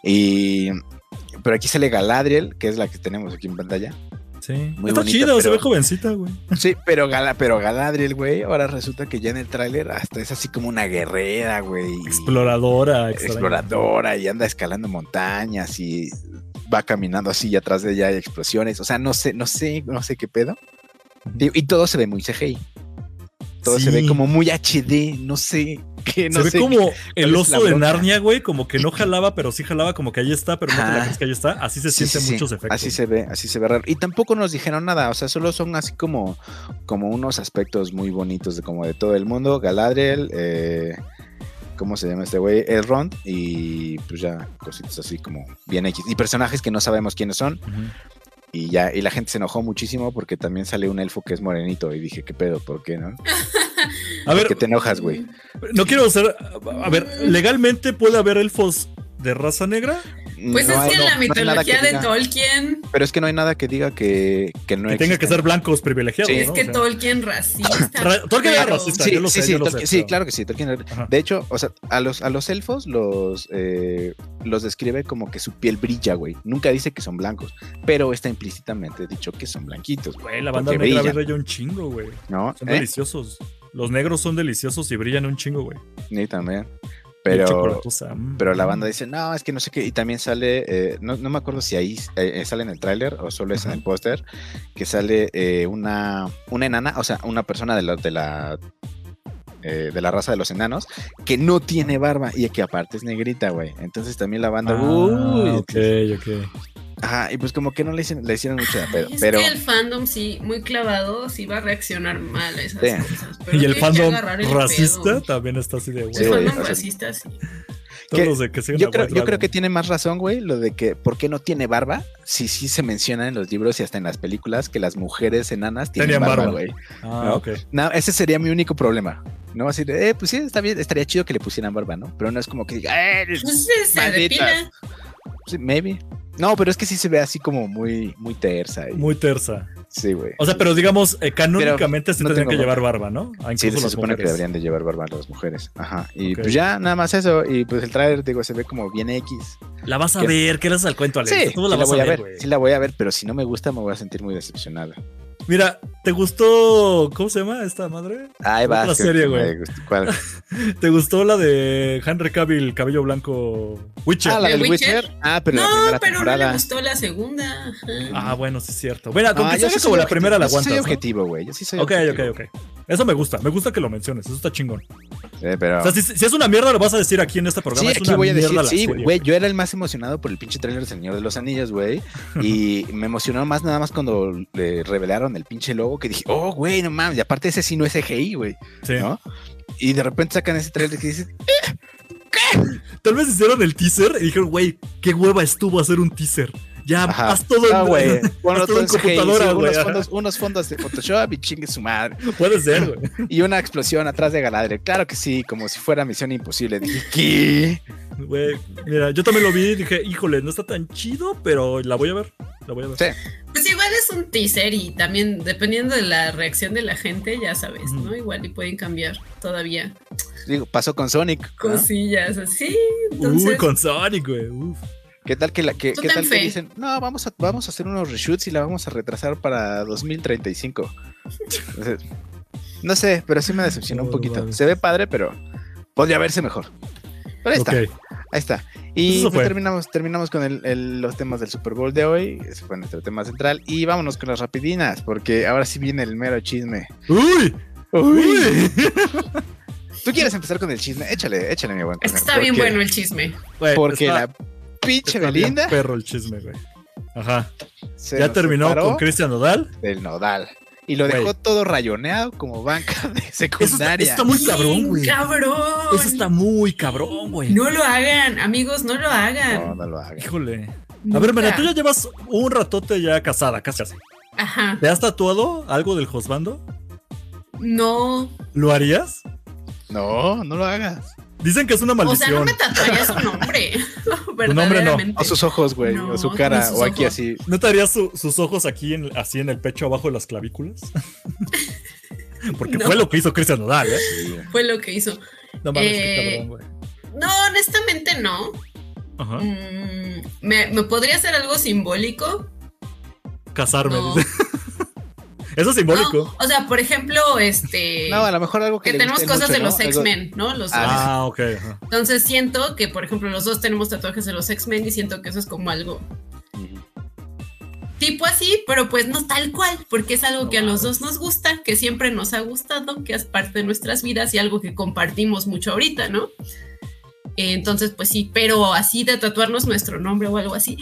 Y... Pero aquí sale Galadriel, que es la que tenemos aquí en pantalla. Sí. muy Está bonita, chida, se pero- ve jovencita, güey. Sí, pero, Gala, pero Galadriel, güey, ahora resulta que ya en el tráiler hasta es así como una guerrera, güey. y Exploradora, extraña. Exploradora y anda escalando montañas y va caminando así y atrás de ella hay explosiones. O sea, no sé, no sé, no sé qué pedo. Digo, Y todo se ve muy CGI. Todo se ve Sí. como muy HD, no sé. Que no se ve sé. como es el la oso de bronca. Narnia, güey, como que no jalaba, pero sí jalaba, como que ahí está, pero no te la Ah. crees que ahí está. Así se Sí, sienten sí, sí. muchos efectos. Así se ve, así se ve raro. Y tampoco nos dijeron nada, o sea, solo son así como, como unos aspectos muy bonitos de como de todo el mundo. Galadriel, eh, ¿cómo se llama este güey? Elrond y pues ya cositas así como bien X. Y personajes que no sabemos quiénes son Ujú. y ya, y la gente se enojó muchísimo porque también sale un elfo que es morenito y dije, ¿qué pedo? ¿Por qué no? A ver, ¿Qué te enojas, güey? no quiero ser. A ver, Mm. legalmente puede haber elfos de raza negra Pues No es hay- que en no- la no hay nada que mitología de diga- Tolkien, Pero es que no hay nada que diga que, que no que tenga que existen. ser blancos privilegiados. Sí. ¿no? es O que sea, Tolkien racista. Ra- Tolkien era pero- racista. Sí, yo lo sí, sé, sí, yo lo sé, Tolkien- sí, pero- claro que sí, Tolkien era- Ajá. De hecho, o sea, a los, a los elfos los, eh, los describe como que su piel brilla, güey. Nunca dice que son blancos, pero está implícitamente dicho que son blanquitos, güey. Güey, la banda porque negra brillan, brilla un chingo, güey. ¿no? Son ¿Eh? deliciosos. Los negros son deliciosos y brillan un chingo, güey. ¿Eh? Sí, también. Y Pero, chocolatosa, mm. pero la banda dice, no, es que no sé qué. Y también sale, eh, no, no me acuerdo si ahí eh, sale en el tráiler o solo es en el póster, que sale eh, una, una enana, o sea, una persona de la, de la eh, de la raza de los enanos, que no tiene barba y que aparte es negrita, güey. Entonces también la banda, Ah, uy, ok, ok. ajá, y pues como que no le, hicieron- le hicieron mucho de pedo, Ay, es pero que el fandom sí, muy clavado, sí va a reaccionar mal a esas Sí. cosas. Pero Y tienen el que fandom agarrar el racista pedo. también está así de güey. Sí, el güey, fandom o sea, racista, sí. Todos que- los de que siguen yo a creo, White yo creo que Dragon. tiene más razón, güey, lo de que por qué no tiene barba, si sí se menciona en los libros y hasta en las películas que las mujeres enanas tienen Tenían barba, barba. güey. Ah, ¿no? ok. No, ese sería mi único problema. No así de, eh, pues sí, está bien, estaría chido que le pusieran barba, ¿no? Pero no es como que diga, eh, Pues se- se Malditas. depila. sí, maybe. No, pero es que sí se ve así como muy, muy tersa. y- Muy tersa. sí, güey. O sea, pero digamos, eh, canónicamente se no tendrían que tengo llevar barba, ¿no? Ah, Sí, incluso se las supone que mujeres. deberían de llevar barba las mujeres. Ajá. Y Ok. pues ya, nada más eso. Y pues el trailer, digo, se ve como bien X. La vas a que- ver, ¿qué le haces al cuento, Alex? Sí, Tú la sí la vas voy a ver. güey. sí la voy a ver, pero si no me gusta, me voy a sentir muy decepcionada. Mira, ¿te gustó. ¿Cómo se llama esta madre? Ahí va. Otra creo que me serie, güey. gustó. ¿Cuál? ¿Te gustó la de Henry Cavill, cabello blanco Witcher? Ah, Ah, la ¿The del Witcher? Witcher. Ah, pero la No, primera pero no le temporada. gustó la segunda. ajá. Ah, bueno, sí es cierto. Mira, con Ah, que yo sí salga soy como la objetivo, primera la yo sí aguantas. Soy ¿no? objetivo, güey. Yo sí soy Ok, ok, objetivo. ok. Eso me gusta, me gusta que lo menciones, eso está chingón. Eh, pero... O sea, si, si es una mierda, lo vas a decir aquí en este Sí, programa. es aquí una voy a decir, mierda la sí, serie, güey, yo era el más emocionado por el pinche trailer del Señor de los Anillos, güey, y me emocionó más nada más cuando le revelaron el pinche logo, que dije, oh, güey, no mames, y aparte ese sí no es CGI, güey, Sí. ¿no? Y de repente sacan ese trailer que dices, Tal vez hicieron el teaser y dijeron, güey, qué hueva estuvo hacer un teaser. Ya, ajá, haz todo ah, en- güey, ponlo todo todo en en CGI, computadora, sí, güey, unos, ajá. fondos, unos fondos de Photoshop y chingue su madre, Puede ser, güey. y una explosión atrás de Galadriel, claro que sí, como si fuera Misión Imposible, dije, ¿qué? Güey, Mira, yo también lo vi y dije, híjole, no está tan chido, pero la voy a ver. La voy a ver. Sí. Pues igual es un teaser y también dependiendo de la reacción de la gente, ya sabes, Ujú. ¿no? Igual y pueden cambiar todavía Digo, pasó con Sonic, ¿no? cosillas así. Uy, Entonces, con Sonic, güey. Uf. ¿Qué tal que, la, que, Tú qué ten tal que fe. dicen, no, vamos a, vamos a hacer unos reshoots y la vamos a retrasar para 2035? Entonces, no sé, pero sí me decepcionó un No poquito. mames. Se ve padre, pero podría verse mejor. Pero ahí Ok. está, ahí está. Y Eso pues fue. terminamos, terminamos con el- el- los temas del Super Bowl de hoy. Ese fue nuestro tema central. Y vámonos con las rapidinas, porque ahora sí viene el mero chisme. ¡Uy! ¡Uy! ¿Tú quieres empezar con el chisme? Échale, échale, mi buen. carnal, Está bien porque- bueno el chisme. Güey, Porque está- la pinche está bien Belinda Perro el chisme, güey. Ajá. se ya nos terminó separó con Cristian Nodal. del nodal. Y lo dejó Güey. todo rayoneado como banca de Eso está, secundaria. eso está muy cabrón, Bien, güey. Cabrón. Eso está muy cabrón, güey. No lo hagan, amigos, no lo No, hagan. no lo hagas. Híjole. A Nunca. ver, Mena, tú ya llevas un ratote ya casada, casi así. Ajá. ¿Te has tatuado algo del Josbando? No. ¿Lo harías? No, no lo hagas. Dicen que es una O sea, no maldición. me tatuaría su nombre. nombre A sus ojos, güey, No, o su cara, con sus o aquí ojos. así. ¿No te harías su- sus ojos aquí en, así en el pecho abajo de las clavículas? Porque No. fue lo que hizo Cristian Nodal, ¿eh? Fue lo que hizo. No mames, Eh, qué cabrón, güey. No, honestamente no. Ajá. Mm, ¿me, me podría hacer algo simbólico? Casarme. no. dice. Eso es simbólico. No, o sea, por ejemplo, este. No, a lo mejor algo que. que le tenemos guste cosas mucho, de ¿no? los Algo- X-Men, ¿no? Los Ah, Ah, ok. ajá. Entonces siento que, por ejemplo, los dos tenemos tatuajes de los X-Men y siento que eso es como algo Ujú. tipo así, pero pues no tal cual, porque es algo No que a los mames. dos nos gusta, que siempre nos ha gustado, que es parte de nuestras vidas y algo que compartimos mucho ahorita, ¿no? Eh, Entonces, pues sí, pero así de tatuarnos nuestro nombre o algo así,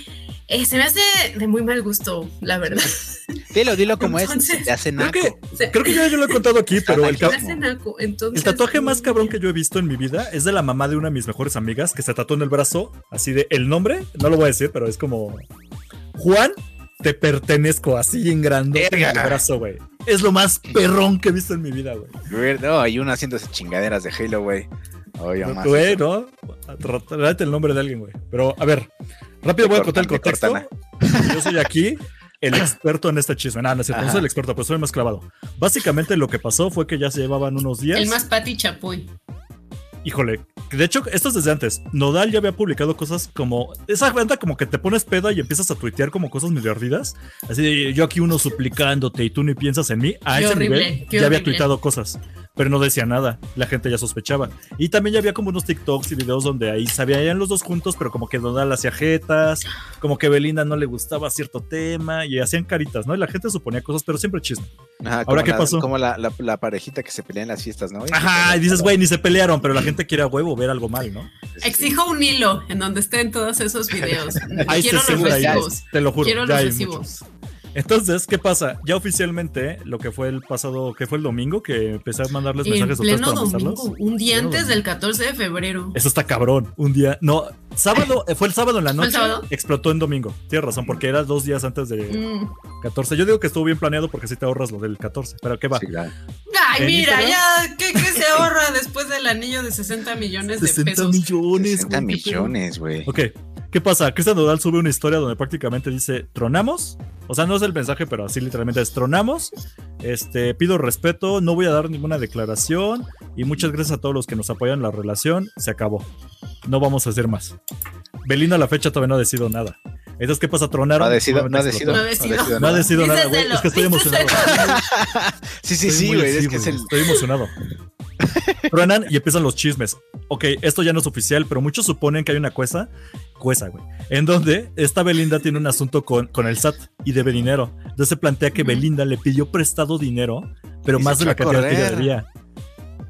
eh, se me hace de muy mal gusto, la verdad. Dilo, dilo como es. Entonces, Te hace Creo naco. que, Se- creo que ya yo lo he contado aquí, pero el, se ca- me hace naco, el entonces, tatuaje más mm, cabrón que yo he visto en mi vida es de la mamá de una de mis mejores amigas que se tatuó en el brazo, así de el nombre, no lo voy a decir, pero es como Juan, te pertenezco, así en grande en el Verga. brazo, güey. Es lo más perrón que he visto en mi vida, güey. Weird, No, hay uno haciendo esas chingaderas de Halo, güey. Oye, No, más. Güey, ¿no? Tra- Tráete el nombre de alguien, güey. Pero, a ver, rápido Me voy a contar el contexto. cortan, me Yo soy aquí el experto en esta chisme. Nada, no es cierto, no Ajá. soy el experto, pero soy el más clavado. Básicamente lo que pasó fue que ya se llevaban unos días. El más Pati Chapoy. Híjole, de hecho, esto es desde antes. Nodal ya había publicado cosas como. Esa cuenta como que te pones peda y empiezas a tuitear como cosas medio ardidas. Así de yo aquí uno suplicándote y tú ni piensas en mí. A Qué ese horrible, nivel qué ya había horrible. tuiteado cosas, pero no decía nada. La gente ya sospechaba. Y también ya había como unos TikToks y videos donde ahí sabían los dos juntos, pero como que Nodal hacía jetas, como que Belinda no le gustaba cierto tema y hacían caritas, ¿no? Y la gente suponía cosas, pero siempre chisme. Ajá, ¿Ahora como qué la- pasó? Como la, la- la parejita que se pelea en las fiestas, ¿no? Ajá, y dices, güey, ni se pelearon, pero la gente quiere a huevo ver algo mal, ¿no? Exijo un hilo en donde estén todos esos videos. Ahí Quiero está los seguro, ahí recibos. Te lo juro. Quiero ya los hay recibos. muchos. Entonces, ¿qué pasa? Ya oficialmente, lo que fue el pasado, que fue el domingo, que empecé a mandarles En mensajes a ustedes pleno para domingo, molestarlos. un día Pleno antes domingo. del 14 de febrero. Eso está cabrón. Un día. No, sábado, eh, fue el sábado en la ¿Fue el noche. sábado? Explotó en domingo. Tienes razón, porque era dos días antes del Mm. 14. Yo digo que estuvo bien planeado porque si te ahorras lo del 14. Pero ¿qué va? Sí, claro. Ay, ¿En mira, Instagram? ya, ¿qué, qué se ahorra después del anillo de 60 millones de 60 pesos? millones. 60 güey, qué pedo. millones, güey. Ok, ¿qué pasa? Cristian Nodal sube una historia donde prácticamente dice, tronamos. O sea, no es el mensaje, pero así literalmente es, tronamos. Este, pido respeto, no voy a dar ninguna declaración. Y muchas gracias a todos los que nos apoyan en la relación. Se acabó. No vamos a hacer más. Belinda a la fecha todavía no ha decidido nada. Entonces, ¿qué pasa? No Tronaron. ha decidido, no ha nuevamente decidido. No ha explotó. decidido. decidido No ha nada. decidido nada, güey. Díselo, Es que estoy emocionado. Sí, sí, Estoy sí, muy güey. así, Es que es güey. el. Estoy emocionado. Truenan y empiezan los chismes. Ok, esto ya no es oficial, pero muchos suponen que hay una cuesta, cuesta, güey, en donde esta Belinda tiene un asunto con, con el SAT y debe dinero. Entonces se plantea que Ujú. Belinda le pidió prestado dinero, pero Y se más de la echó a cantidad que ella correr. debía.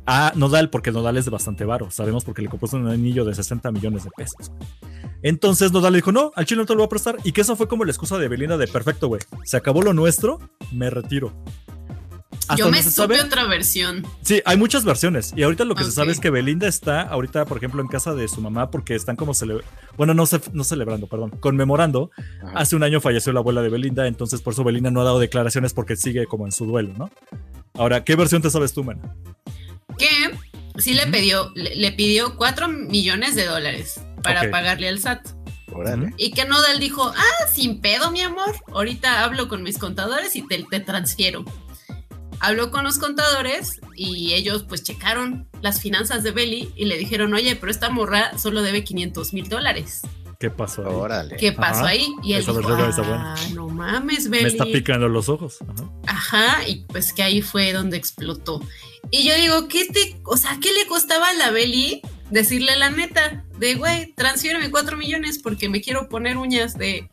A Nodal, porque Nodal es de bastante varo, sabemos porque le compró un anillo de 60 millones de pesos. Entonces Nodal le dijo, no, al chile no te lo voy a prestar. Y que eso fue como la excusa de Belinda de, perfecto, güey, se acabó lo nuestro, me retiro. Hasta Yo me donde se sabe- supe otra versión. Sí, hay muchas versiones. Y ahorita lo que Ok. se sabe es que Belinda está ahorita, por ejemplo, en casa de su mamá porque están como cele- bueno, no, ce- no celebrando, perdón, conmemorando. Ajá. Hace un año falleció la abuela de Belinda, entonces por eso Belinda no ha dado declaraciones porque sigue como en su duelo, ¿no? Ahora, ¿qué versión te sabes tú, man? Que sí le Ujú. pidió, le, le pidió 4 millones de dólares para Ok. pagarle al SAT. Órale. Y que Nodal dijo, ah, sin pedo, mi amor. Ahorita hablo con mis contadores y te, te transfiero. Habló con los contadores y ellos pues checaron las finanzas de Belly y le dijeron, oye, pero esta morra solo debe 500 mil dólares. ¿Qué pasó? ahí? Órale. ¿Qué pasó Ajá. ahí? Y él Esa dijo, versión está ah, buena. no mames, Me Belly. está picando los ojos. Ajá. Ajá, y pues que ahí fue donde explotó. Y yo digo, ¿qué te, o sea, qué le costaba a la Belly decirle la neta? de, güey, transfiéreme 4 millones porque me quiero poner uñas de...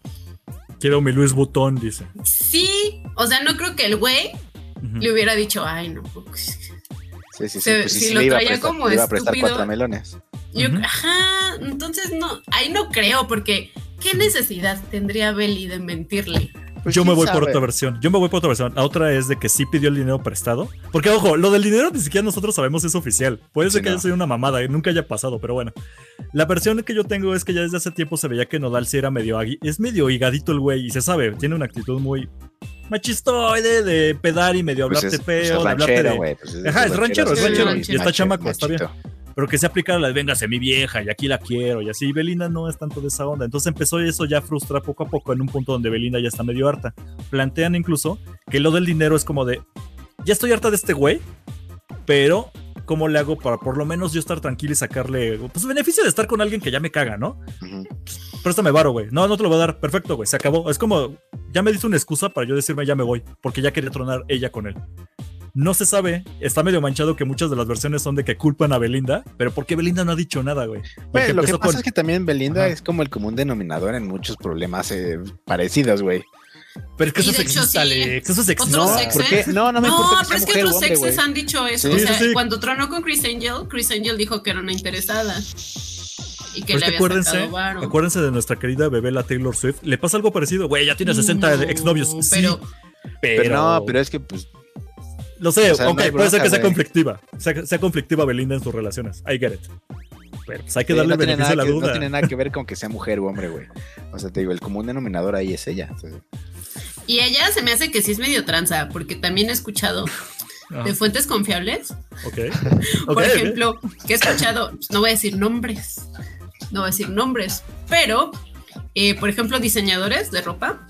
Quiero mi Luis Butón, dice. Sí, o sea, no creo que el güey Ujú. le hubiera dicho, ay, no. pues, Sí, sí, sí. Se- pues sí, si sí lo le iba a traía prestar, como le iba a prestar estúpido. cuatro melones. Yo, Ujú. ajá, entonces no, ahí no creo porque ¿qué necesidad tendría Belly de mentirle? Pues, Yo me ¿quién voy por sabe? otra versión. Yo me voy por otra versión. La otra es de que sí pidió el dinero prestado. Porque, ojo, lo del dinero ni siquiera nosotros sabemos si es oficial. Puede ser Sí, que no. haya sido una mamada y nunca haya pasado, pero bueno. La versión que yo tengo es que ya desde hace tiempo se veía que Nodal sí era medio agui. Es medio higadito el güey y se sabe. Tiene una actitud muy machistoide de pedar y medio Pues hablarte es, pues feo, es de hablarte ranchero, de- güey. pues es- Ajá, es ranchero, es sí, ranchero, sí, y sí, está macho- chamaco, está bien. machito. pero que se aplicara la de, véngase mi vieja y aquí la quiero y así. Belinda no es tanto de esa onda. Entonces empezó eso ya a frustrar poco a poco en un punto donde Belinda ya está medio harta. Plantean incluso que lo del dinero es como de, ya estoy harta de este güey, pero ¿cómo le hago para por lo menos yo estar tranquila y sacarle, pues beneficio de estar con alguien que ya me caga, ¿no? Ujú. Pues Préstame varo, güey. No, no te lo voy a dar. Perfecto, güey. Se acabó. Es como, ya me diste una excusa para yo decirme ya me voy, porque ya quería tronar ella con él. No se sabe, está medio manchado que muchas de las versiones son de que culpan a Belinda, pero porque Belinda no ha dicho nada, güey. Bueno, Porque lo que empezó pasa con- es que también Belinda Ajá. es como el común denominador en muchos problemas eh, parecidos, güey. Pero es que Y eso es de hecho, sexista, sí. Alex. Eso es sexista. Otros No, sexes. ¿por qué? No, no me No, importa pero es sea que mujer o otros hombre, güey. sexes han dicho eso. Sí, o sea, sí, sí. cuando tronó con Chris Angel, Chris Angel dijo que era una interesada. Y Pero es que le que había acuérdense, sacado varo. acuérdense de nuestra querida bebé, la Taylor Swift. Le pasa algo parecido, güey. Ya tiene 60 Mm, No, exnovios. Sí, Pero, pero, Pero, no, pero es que pues Lo sé, O sea, no ok, hay puede ser bronca, que sea güey. conflictiva. Sea, sea conflictiva Belinda en sus relaciones. I get it. Pero pues, hay que eh, darle no, el tiene beneficio nada a la que, duda. no tiene nada que ver con que sea mujer o hombre, güey. O sea, te digo, el común denominador ahí es ella. Entonces, y ella se me hace que sí es medio tranza, porque también he escuchado Ajá, de fuentes confiables, ok. por Ok, ok. ejemplo, que he escuchado, pues, no voy a decir nombres, no voy a decir nombres, pero, eh, por ejemplo, diseñadores de ropa,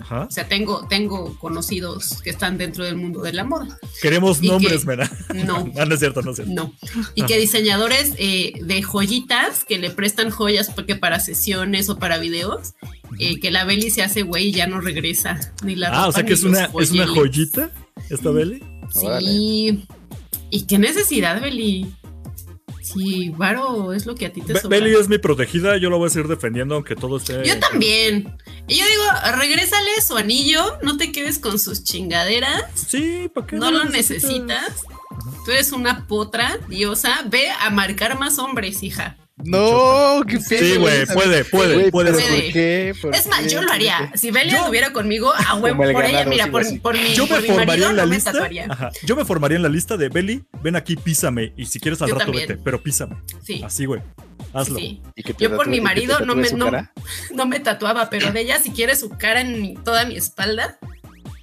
Ajá. o sea, tengo, tengo conocidos que están dentro del mundo de la moda. Queremos ¿Y qué? nombres, ¿verdad? No, Ah, no es cierto, no es cierto. No. Y que diseñadores eh, de joyitas que le prestan joyas porque para sesiones o para videos, eh, que la Beli se hace güey y ya no regresa. Ni la ah, o ropa sea que ni es una, los es una joyeles. joyita esta Beli. Sí. ¿Y qué necesidad, Beli? Si Varo es lo que a ti te Be- sobra. Beli es mi protegida, yo la voy a seguir defendiendo aunque todo esté. Yo también. Y yo digo, regrésale su anillo, no te quedes con sus chingaderas. Sí, ¿para qué? no lo necesitas. Tú eres una potra diosa. Ve a marcar más hombres, hija. No, qué Sí, güey, puede, puede, Güey, puede. pero puede. ¿por qué? ¿Por Es más, qué? yo lo haría. Si Belia Yo- estuviera conmigo, a huevo Como el por ella, ganado, mira, sí, por, sí. por mi, Yo me por mi formaría marido en la no me lista. Ah, tatuaría. Ajá, yo me formaría en la lista de Beli, ven aquí, písame. Y si quieres al Yo rato también. vete, pero písame. Sí, Así, güey. sí, Hazlo. sí. ¿Y que te Yo por tatúe- mi que te marido no tatúe me- su no- cara? No me tatuaba, pero de ella si quiere su cara en mi- toda mi espalda,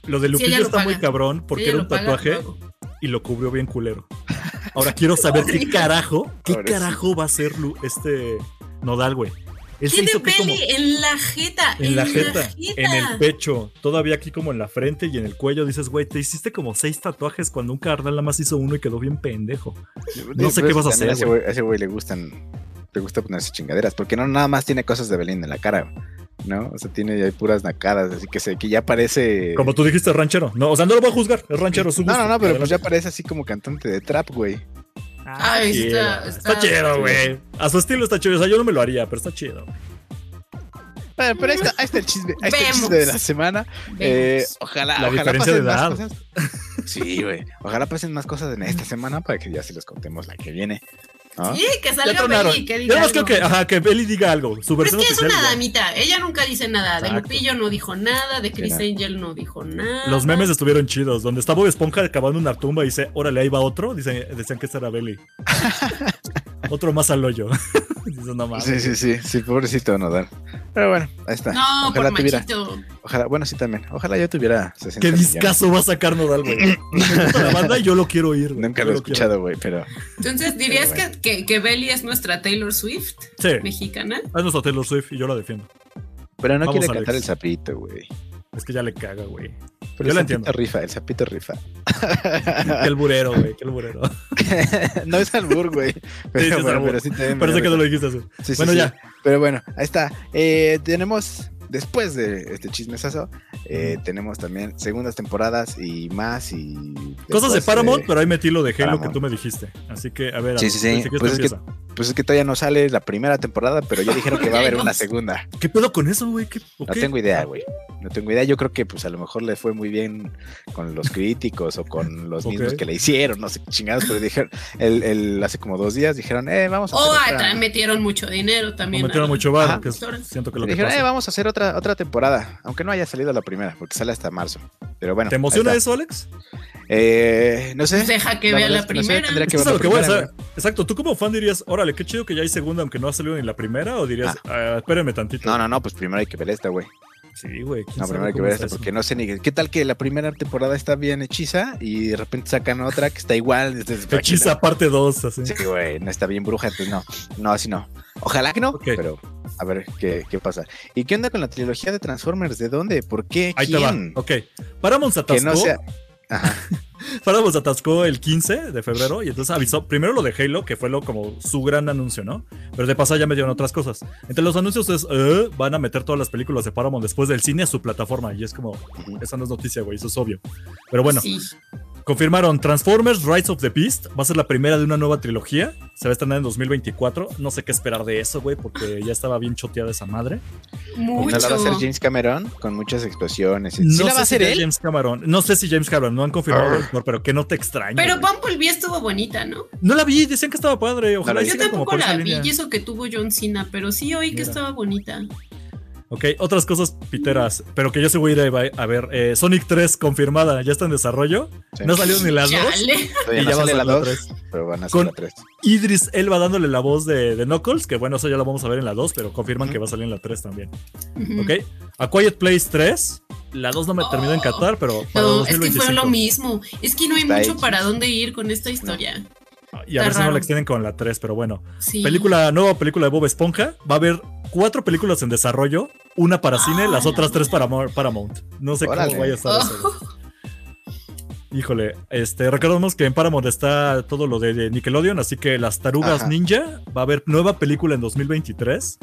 Lo de Lupita ella lo está muy paga. cabrón porque si era ella lo un paga, tatuaje lo hago. y lo cubrió bien culero. Ahora quiero saber qué carajo, qué Pobrecito. carajo va a ser Lu- este Nodal, güey. Él se Tiene hizo que Beli como en la jeta, en la jeta, jeta. en el pecho, todavía aquí como en la frente y en el cuello. Dices, güey, te hiciste como seis tatuajes cuando un carnal nada más hizo uno y quedó bien pendejo. No sé Pero qué vas a también hacer, ese güey- A ese güey le gustan, le gusta ponerse chingaderas, porque no nada más tiene cosas de Belinda en la cara, ¿no? O sea, tiene ya puras nacadas, así que se, que ya parece. Como tú dijiste, ranchero. No, o sea, no lo voy a juzgar, es ranchero su no, gusto. no, no, pero pues ya Adelante. parece así como cantante de trap, güey. Ah, Ay, chido. está- está, está- chido, güey. A su estilo está chido. O sea, yo no me lo haría, pero está chido. Bueno, pero ahí está, ahí está el chisme, ahí está el Vemos. chisme de la semana. Eh, Vemos. ojalá, La ojalá diferencia pasen de más edad. cosas. Sí, güey. Ojalá pasen más cosas en esta semana para que ya se los contemos la que viene. ¿no? Sí, que ¿Ah? Ya salga tronaron. Beli y que Yo diga nada más creo algo. que, ajá, que Belly diga algo. Su Pero es versión que es oficial. una güey. damita, ella nunca dice nada, de Exacto. Lupillo no dijo nada, de Chris Mira. Angel no dijo nada. Los memes estuvieron chidos. Donde está Bob Esponja cavando una tumba y dice, órale, ahí va otro. Dicen, decían que esta era Belly. otro más al hoyo. Dices, no mames. Sí, sí, sí, sí, pobrecito Nodal. Pero bueno, ahí está. No, ojalá por tuviera, machito. ojalá, bueno, sí también. Ojalá yo tuviera 60 Qué millones. discazo va a sacar Nodal, güey. Me gusta la banda y yo lo quiero oír. güey. Nunca Yo lo he quiero. escuchado, güey, pero Entonces, ¿dirías Pero que, que, que Belly es nuestra Taylor Swift Sí, mexicana? es nuestro Taylor Swift y yo la defiendo. pero no Vamos, quiere Alex. cantar el sapito, güey. Es que ya le caga, güey. Pero Yo el sapito la entiendo. rifa, el sapito rifa. Qué alburero, güey. Qué alburero. no es albur, güey. sí Pero, es bueno, albur. pero sí te- Parece que no lo dijiste así. Sí, sí, Bueno, sí. ya. Pero bueno, ahí está. Eh, tenemos, después de este chismesazo, eh, tenemos también segundas temporadas y más y... Cosas de después, Paramount, eh, pero ahí metí lo de Halo que Paramount. tú me dijiste. Así que, a ver, Sí, sí, Alex, sí. ¿de qué Pues esto es que- empieza? Pues es que todavía no sale la primera temporada, pero ya dijeron que va a haber una segunda. ¿Qué pedo con eso, güey? ¿Qué- o No qué? tengo idea, güey. No tengo idea. Yo creo que pues a lo mejor le fue muy bien con los críticos o con los Ok. mismos que le hicieron, no sé qué chingados, pero dijeron, el, el- hace como dos días dijeron, eh, vamos a O hacer ah, otra. también metieron mucho dinero Me también. metieron a- mucho bar, Ajá. que es- siento que lo que dijeron, eh, pasa. vamos a hacer otra, otra temporada, aunque no haya salido la primera, porque sale hasta marzo. Pero bueno. ¿Te emociona ahí eso, Alex? está. Eh, no sé. Pues deja que La vea verdad la es que no sé, primera. tendría que Eso es ver a la lo que voy a primera, hacer. Exacto, tú como fan dirías, órale, qué chido que ya hay segunda, aunque no ha salido ni la primera, o dirías, "Ah, espérenme tantito. No, no, no, pues primero hay que ver esta, güey. Sí, güey. ¿quién No, sabe primero hay que cómo ver esta, está eso? porque no sé ni. ¿Qué tal que la primera temporada está bien hechiza y de repente sacan otra que está igual? desde- desde- Hechiza parte 2, así. Sí, güey, no está bien bruja, entonces no. No, así no. Ojalá que no, Ok. pero a ver qué, qué pasa. ¿Y qué onda con la trilogía de Transformers? ¿De dónde? ¿Por qué? Ahí te va. ¿Quién? Ok. Paramount se Que atascó. no sea. Ajá, Paramount se atascó el 15 de febrero y entonces avisó primero lo de Halo, que fue lo como su gran anuncio, ¿no? Pero de pasada ya metieron otras cosas. Entre los anuncios es, "Eh, van a meter todas las películas de Paramount después del cine a su plataforma. Y es como, ujú. esa no es noticia, güey, eso es obvio. Pero bueno, Sí. Confirmaron Transformers Rise of the Beast. Va a ser la primera de una nueva trilogía. Se va a estrenar en 2024. No sé qué esperar de eso, güey, porque ya estaba bien choteada esa madre. ¿No Mucho. la va a hacer James Cameron con muchas explosiones? ¿Sí no la sé va a hacer si ya él? Ah. James Cameron. No sé si James Cameron. No han confirmado Arr. el actor, pero que no te extrañe. Pero güey. Bumblebee estuvo bonita, ¿no? no la vi. Decían que estaba padre. Ojalá la vi. y Yo siga como tampoco por esa la vi, línea. y eso que tuvo John Cena, pero sí oí que Mira. estaba bonita. Ok, otras cosas piteras, pero que yo se voy a ir a, a ver. eh, Sonic 3 confirmada. Ya está en desarrollo. Sí. No salieron ni las dos. Chale. Todavía Y no ya va a sale la salir la 2, tres. pero van a Con- ser la 3. Idris Elba dándole la voz de, de Knuckles, que bueno, eso ya lo vamos a ver en la 2, pero confirman Ujú. que va a salir en la 3 también. Ujú. ¿Ok? A Quiet Place 3. La 2 no me terminó de encantar, pero para Oh. No, es que 2025. fue lo mismo. Es que no hay Está mucho ahí, para dónde ir con esta historia. y a ver Está si no raro. la extienden con la 3, pero bueno. Sí. Película, nueva película de Bob Esponja. Va a haber cuatro películas en desarrollo, una para cine, Ah, las la otras tres para Mar- Paramount. No sé Órale. cómo vaya a estar eso. Oh. güey. Híjole, este, recordemos que en Paramount está todo lo de- de Nickelodeon, así que Las Tarugas Ajá. Ninja va a haber nueva película en 2023.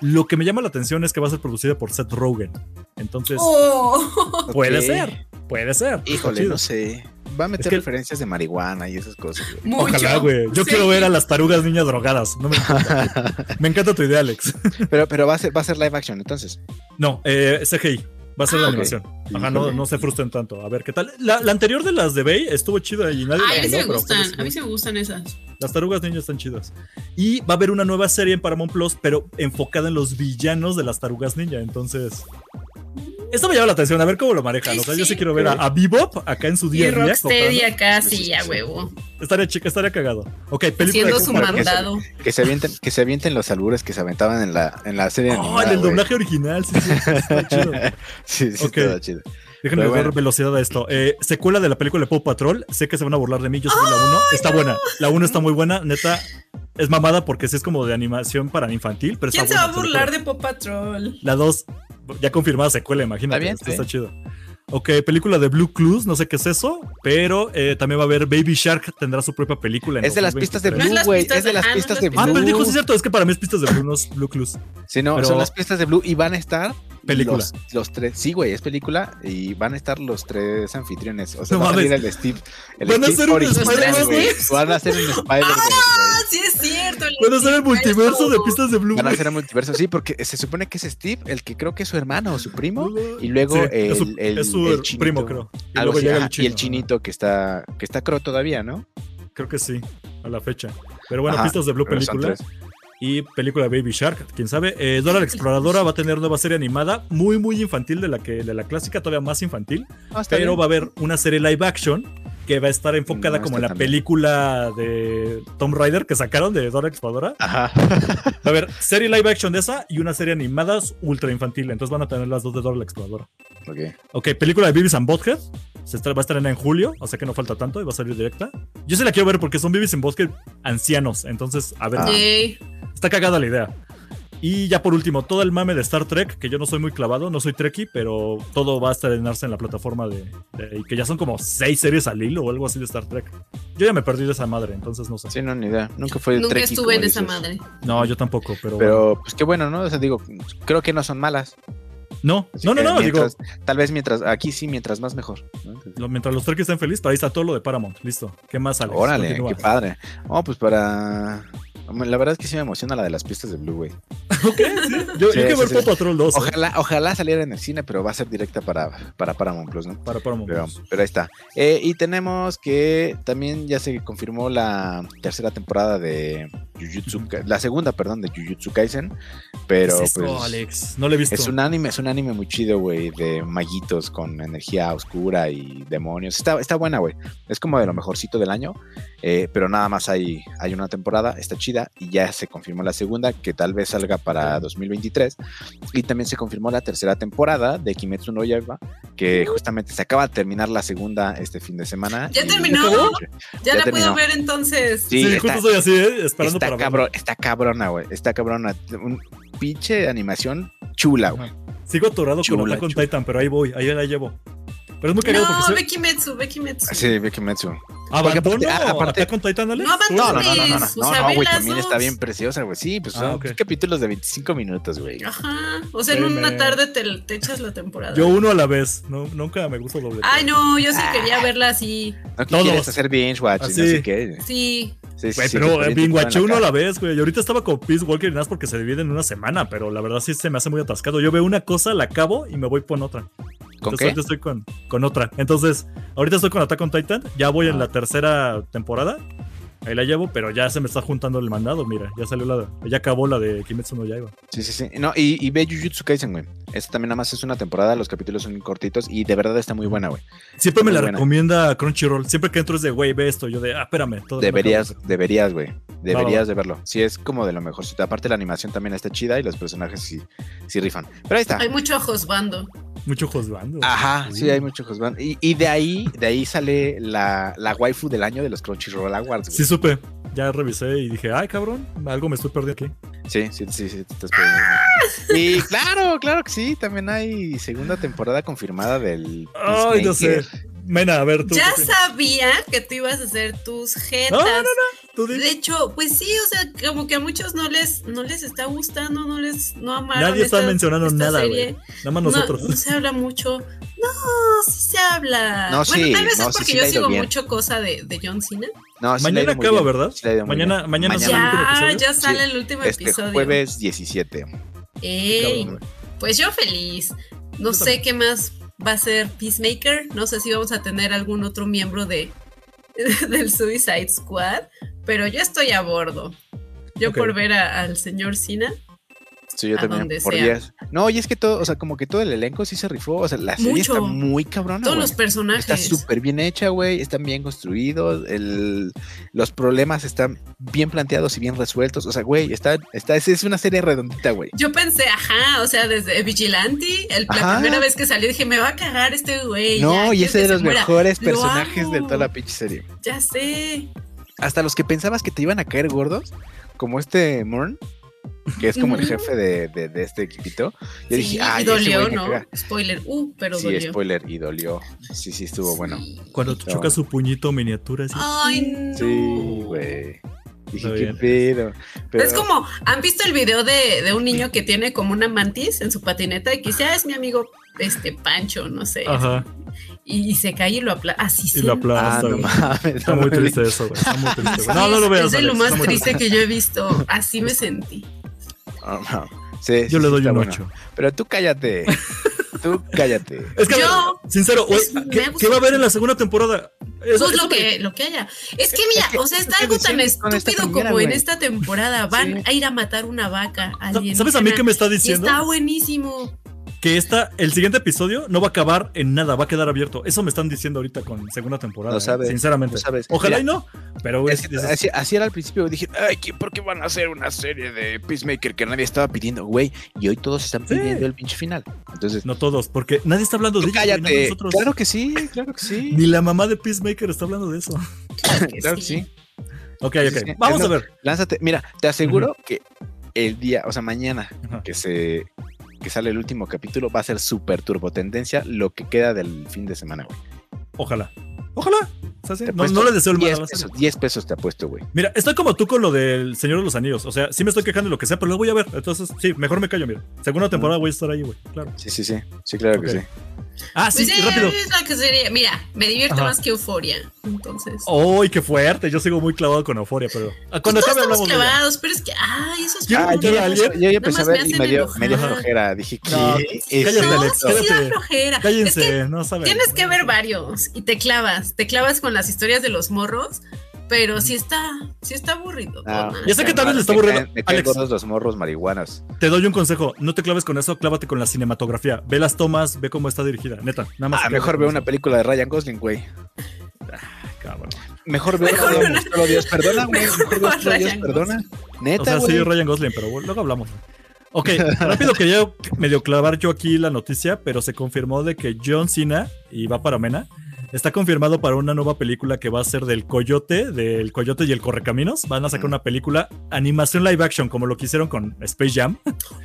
Lo que me llama la atención es que va a ser producida por Seth Rogen. Entonces, Oh. Puede Ok. ser, puede ser. Híjole, Chido. no sé. Va a meter que- referencias de marihuana y esas cosas. güey. Mucho. Ojalá, güey. Yo Sí. quiero ver a las tarugas niñas drogadas. No me importa. me encanta tu idea, Alex. Pero, pero va, a ser, va a ser live action, entonces. No, eh, CGI. Va a ser Ah, la ok. animación. Ajá, no, Híjole. no se frustren tanto. A ver, ¿qué tal? La, la anterior de las de Bay estuvo chida y nadie Ay, la a mí sí me habló, pero pues, gustan. A fue- mí sí me gustan esas. Las tarugas niñas están chidas. Y va a haber una nueva serie en Paramount Plus, pero enfocada en los villanos de las tarugas ninja. Entonces, esto me llama la atención. A ver cómo lo manejan. Sí, O sea, yo sí sí. estaría quiero ver a, a Bebop acá en su Y día a día. Rocksteady comprando. acá, Sí, sí, sí, a sí. hueco. Estaría chica, estaría cagado. Ok, película Haciendo de su Para que se- mandado. Que se avienten, que se avienten los albures que se aventaban en la, en la serie. Oh, animada, en el güey. doblaje original, sí, sí, está chido. Sí, sí, Ok. estaba chido. Déjenme Pero bueno. dar velocidad a esto. Eh, secuela de la película de Paw Patrol. Sé que se van a burlar de mí. Yo soy la 1. Está buena. La 1 está muy buena. Neta, es mamada porque sí es como de animación para infantil. Pero está ¿Quién se va a buena, lo burlar juro. de Paw Patrol? La 2, ya confirmada secuela, imagínate. Está bien, Esto está está chido. Ok, película de Blue Clues. No sé qué es eso. Pero eh, también va a haber Baby Shark. Tendrá su propia película. en Es de las pistas de 2023. No es Blue, las güey. pistas Es de de- las ah, no es pistas las de Blue. Ah, pero dijo, sí es cierto. Es que para mí es pistas de Blue, no es Blue Clues. Sí, no, pero- son las pistas de Blue y van a estar. Película. Los, los tres. Sí, güey, es película y van a estar los tres anfitriones. O sea, No va a mames. salir el Steve. El Van a Steve hacer un original, Spider-Man, güey. güey. Van a hacer un Spider-Man. Ah, güey. sí es cierto. Bueno, ser el multiverso de pistas de Blue. Van a güey. hacer un multiverso, sí, porque se supone que es Steve, el que creo que es su hermano o su primo. Y Sí, luego el, es su, el- es su el chinito, primo, creo. Y algo luego así, llega ajá, el chino. y el chinito que está, que está creo todavía, ¿no? Ajá, Creo que sí, a la fecha. Pero bueno, Ajá, pistas de Blue pero son Película y película Baby Shark, quién sabe. Eh, Dora la Exploradora va a tener nueva serie animada, muy, muy infantil de la, que, de la clásica, todavía más infantil. Ah, está Pero bien. va a haber una serie live action que va a estar enfocada No, está como en la también. película de Tom Rider que sacaron de Dora la Exploradora. Ajá. A ver, serie live action de esa y una serie animada ultra infantil. Entonces van a tener las dos de Dora la Exploradora. Ok. Ok, película de Beavis and Butthead. Se estra- va a estrenar en julio, o sea que no falta tanto y va a salir directa. Yo sí la quiero ver porque son Beavis and Butthead ancianos, entonces, a ver, Ah. Yay. está cagada la idea. Y ya por último, todo el mame de Star Trek, que yo no soy muy clavado, no soy Trekkie, pero todo va a estrenarse en la plataforma de, de- y que ya son como seis series al hilo o algo así de Star Trek. Yo ya me perdí de esa madre, entonces no sé. Sí, no, ni idea. Nunca fue Nunca Trekkie, estuve como en esa dices. madre. No, yo tampoco, pero, bueno. Pero pues qué bueno, ¿no? O sea, digo, creo que no son malas. no, Así no, no, que no, digo, mientras- Tal vez mientras, aquí sí, mientras más mejor. ¿no? lo- mientras los Trekkies estén felices, para ahí está todo lo de Paramount, listo. ¿Qué más sale? Órale, qué padre. Oh, pues para La verdad es que sí me emociona la de las pistas de Blue, güey. Pues Ok, sí. Yo, yo Sí, quiero sí, ver sí. Paw Patrol 2. eh, Ojalá, ojalá saliera en el cine, pero va a ser directa para, para Paramount Plus, ¿no? Para Paramount. Pero, pero ahí está. Eh, y tenemos que también ya se confirmó la tercera temporada de Jujutsu, Ka- la segunda, perdón, de Jujutsu Kaisen, pero ¿Qué es esto, pues, Alex? No lo he visto. Es un anime, es un anime muy chido, güey, de maguitos con energía oscura y demonios. Está, está buena, güey. Es como de lo mejorcito del año, eh, pero nada más hay, hay una temporada, está chida, y ya se confirmó la segunda, que tal vez salga para 2023. Y también se confirmó la tercera temporada de Kimetsu no Yaiba, que justamente se acaba de terminar la segunda este fin de semana. ¿Ya y- terminó? Ya, Ya la terminó. puedo ver entonces. Sí, Sí, está- justo estoy así, eh, esperando Está, para ver. cabro- está cabrona, güey. Está cabrona. Un pinche de animación chula, güey. Sigo atorado con Chula, Attack on chula. Titan, pero ahí voy, ahí la llevo. Pero es muy cagado No, porque ve Kimetsu, ve Kimetsu. Ah, Sí, ve Kimetsu. se... abandono porque aparte- ah, aparte- Attack on Titan, Alex. No No, abandono. no, no, no, no, no, Pues, o no, sea, no, ve güey, las también dos. está bien preciosa, güey. Sí, pues Ah, son ok. capítulos de 25 minutos, güey. Ajá. O sea, en Güey, una me- tarde te, te echas la temporada. Yo uno a la vez. No, nunca me gusta doble. Ay, no, yo sí Ah. quería verla así. No que Todos. quieres hacer binge watch y no Así. sé qué. Sí. Sí, sí, Güey, sí, pero te eh, binguaché ponen uno a acá. la vez, güey. Y ahorita estaba con Peace Walker y Nas porque se divide en una semana, pero la verdad sí se me hace muy atascado. Yo veo una cosa, la acabo y me voy con otra. ¿Con Entonces, qué? ahorita estoy con, con otra. Entonces, ahorita estoy con Attack on Titan. Ya voy Ah. en la tercera temporada. Ahí la llevo, pero ya se me está juntando el mandado. Mira, ya salió la. Ya acabó la de Kimetsu no Yaiba. Sí, sí, sí. No, y, y ve Jujutsu Kaisen, güey. Esta también nada más es una temporada, los capítulos son cortitos y de verdad está muy buena, güey. Siempre me Muy la buena. recomienda Crunchyroll. Siempre que entro es de, güey, ve esto. Yo de, ah, espérame. todavía no Deberías, acabo". deberías, güey. Va, va, va. Deberías de verlo. Sí, es como de lo mejorcito. Aparte, la animación también está chida y los personajes sí, sí rifan. Pero ahí está. Hay mucho ojos bando. Mucho juzgando. Ajá, sí, hay muchos Josban. Y, y de ahí, de ahí sale la, la waifu del año de los Crunchyroll Awards, güey. Sí, supe. Ya revisé y dije, ay, cabrón, algo me estoy perdiendo aquí. Sí, sí, sí, sí, te estás perdiendo. Y claro, claro que sí, también hay segunda temporada confirmada del Ay, no sé. Peacemaker. Mena, a ver, tú. Ya ¿qué opinas? Ah, sabía que tú ibas a hacer tus jetas. No, no, Tú di- De hecho, pues sí, o sea, como que a muchos no les, no les está gustando, no les, no amaron. Nadie está mencionando nada, serie. güey. Nada más No, nosotros. No, se habla mucho. No, sí se habla. No, bueno, sí, tal vez no, es sí, sí porque le yo ha ido sigo bien. mucho cosa de, de John Cena. No, sí le ha mañana ido muy acaba, bien, ¿verdad? sí le ha ido muy Mañana- bien. mañana Mañana. sale el último Ya, episodio. ya sale Sí, el último Este episodio. jueves 17. Ey, Cabrón. pues yo feliz. No Yo sé qué más va a ser Peacemaker. No sé si vamos a tener algún otro miembro de del Suicide Squad, pero yo estoy a bordo. Yo Ok. por ver a- al señor Cena. Sí, yo A también. donde Por sea. 10. No, y es que todo, o sea, como que todo el elenco sí se rifó. O sea, la serie Mucho. está muy cabrona. Todos güey. los personajes. Está súper bien hecha, güey. Están bien construidos. el- los problemas están bien planteados y bien resueltos. O sea, güey, está, está, es- es una serie redondita, güey. Yo pensé, ajá, o sea, desde Vigilante, el- la Ajá. primera vez que salí dije, me va a cagar este güey. ya, No, y quiero ese que de se los muera". mejores Lo personajes de amo. toda la pinche serie. Ya sé. Hasta los que pensabas que te iban a caer gordos, como este Morn, que es como el Ujú. jefe de, de- de este equipito. Yo sí, dije, y ay, ese dolió, güey me ¿no? caga". Spoiler, uh, pero Sí, dolió. spoiler, y dolió. Sí, sí, estuvo bueno. Sí. Cuando Está choca bueno. su puñito miniatura, así. Ay, no. Sí, güey. Dije, Está qué bien. pedo. Pero, Es como, ¿han visto el video de, de un niño que tiene como una mantis en su patineta y que dice, ah, es mi amigo este Pancho, no sé? Ajá. Y, y se cae y lo aplasta. Así Y sí. lo Ah, aplasta, no güey. mames. Está no muy mames. triste eso, güey. Está muy triste, güey. No, Sí, no lo veas. Es de lo Alex, más está muy triste que yo he visto. Así me sentí. Ah, no. Sí, sí, Yo le sí, doy está un bueno. 8. Pero tú cállate. tú cállate. Es que, a ver, Yo- sincero, güey, Es- me ¿qué, gusta. qué va a haber en la segunda temporada? Eso- Pues eso lo que, lo que haya. Es que mira, Es que- o sea, está es que algo tan decían que con esta estúpido primera, como en güey. esta temporada. Van Sí. a ir a matar una vaca. me- Alienígena, ¿Sabes a mí qué me está Y diciendo? está buenísimo. Que esta, el siguiente episodio no va a acabar en nada, va a quedar abierto. Eso me están diciendo ahorita con segunda temporada. No eh, sabes, sinceramente. no sabes. Ojalá Mira, y no, pero Es es, que es- así, así era al principio. Dije, ay, ¿qué- ¿por qué van a hacer una serie de Peacemaker que nadie estaba pidiendo, güey? Y hoy todos están Sí. pidiendo el pinche final. Entonces, no todos, porque nadie está hablando de tú ello, güey, nada más cállate. nosotros. Claro que sí, claro que sí. Ni la mamá de Peacemaker está hablando de eso. Claro que Claro que sí. sí. Ok, Sí, sí, ok. sí. Vamos Es a lo- ver. Lánzate. Mira, te aseguro que el día, o sea, mañana Ajá. que se que sale el último capítulo va a ser súper turbo tendencia lo que queda del fin de semana, güey. Ojalá. Ojalá. ¿Sabes? Te No, apuesto no le deseo el mal a 10 la serie. pesos, 10 pesos te apuesto, güey. Mira, estoy como tú con lo del Señor de los Anillos. O sea, sí me estoy quejando de lo que sea, pero Ah. lo voy a ver. Entonces, sí, mejor me callo, mira. Segunda temporada voy a estar ahí, güey. Claro. Sí, sí, sí. Sí, claro Ok. que sí. Ah, sí, Pues sí, rápido. es lo que sería. Mira, me divierte Ajá. más que euforia. Entonces. ¡Ay, qué fuerte! Yo sigo muy clavado con euforia, pero. Ah, Cuando Todos acabe estamos hablamos de ella. clavados, pero es que, ay, esos Yo- Ah, cabrones. yo, ¿Quieren ya- ayer? yo ya empecé a Nada más ver me y me dio, hacen me dio enojar. flojera. Dije, ¿qué No, es cállate, esto? no, Alex, sí da cállate. flojera. Cállense, Es que no saben. tienes que ver varios y te clavas, te clavas con las historias de los morros, pero sí está, sí está No, aburrido. todo mal. Ya sé que tal vez le está me caen- aburriendo. Me caen Alex. gordos los morros marihuanos. Te doy un consejo, no te claves con eso, clávate con la cinematografía. Ve las tomas, ve cómo está dirigida, neta. Nada Ah, más. clávate mejor con veo eso. una película de Ryan Gosling, güey. Cabrón. Mejor veo Mejor una de una- un solo Dios perdona, güey. Mejor Mejor veo veo un solo Dios Ryan perdona. O Neta, sea, güey. sí, Ryan Gosling, pero bueno, luego hablamos. Ok, rápido quería medio clavar yo aquí la noticia, pero se confirmó de que John Cena, y va para Mena, está confirmado para una nueva película que va a ser del Coyote, del Coyote y el Correcaminos. Van a sacar una película animación live action, como lo que hicieron con Space Jam.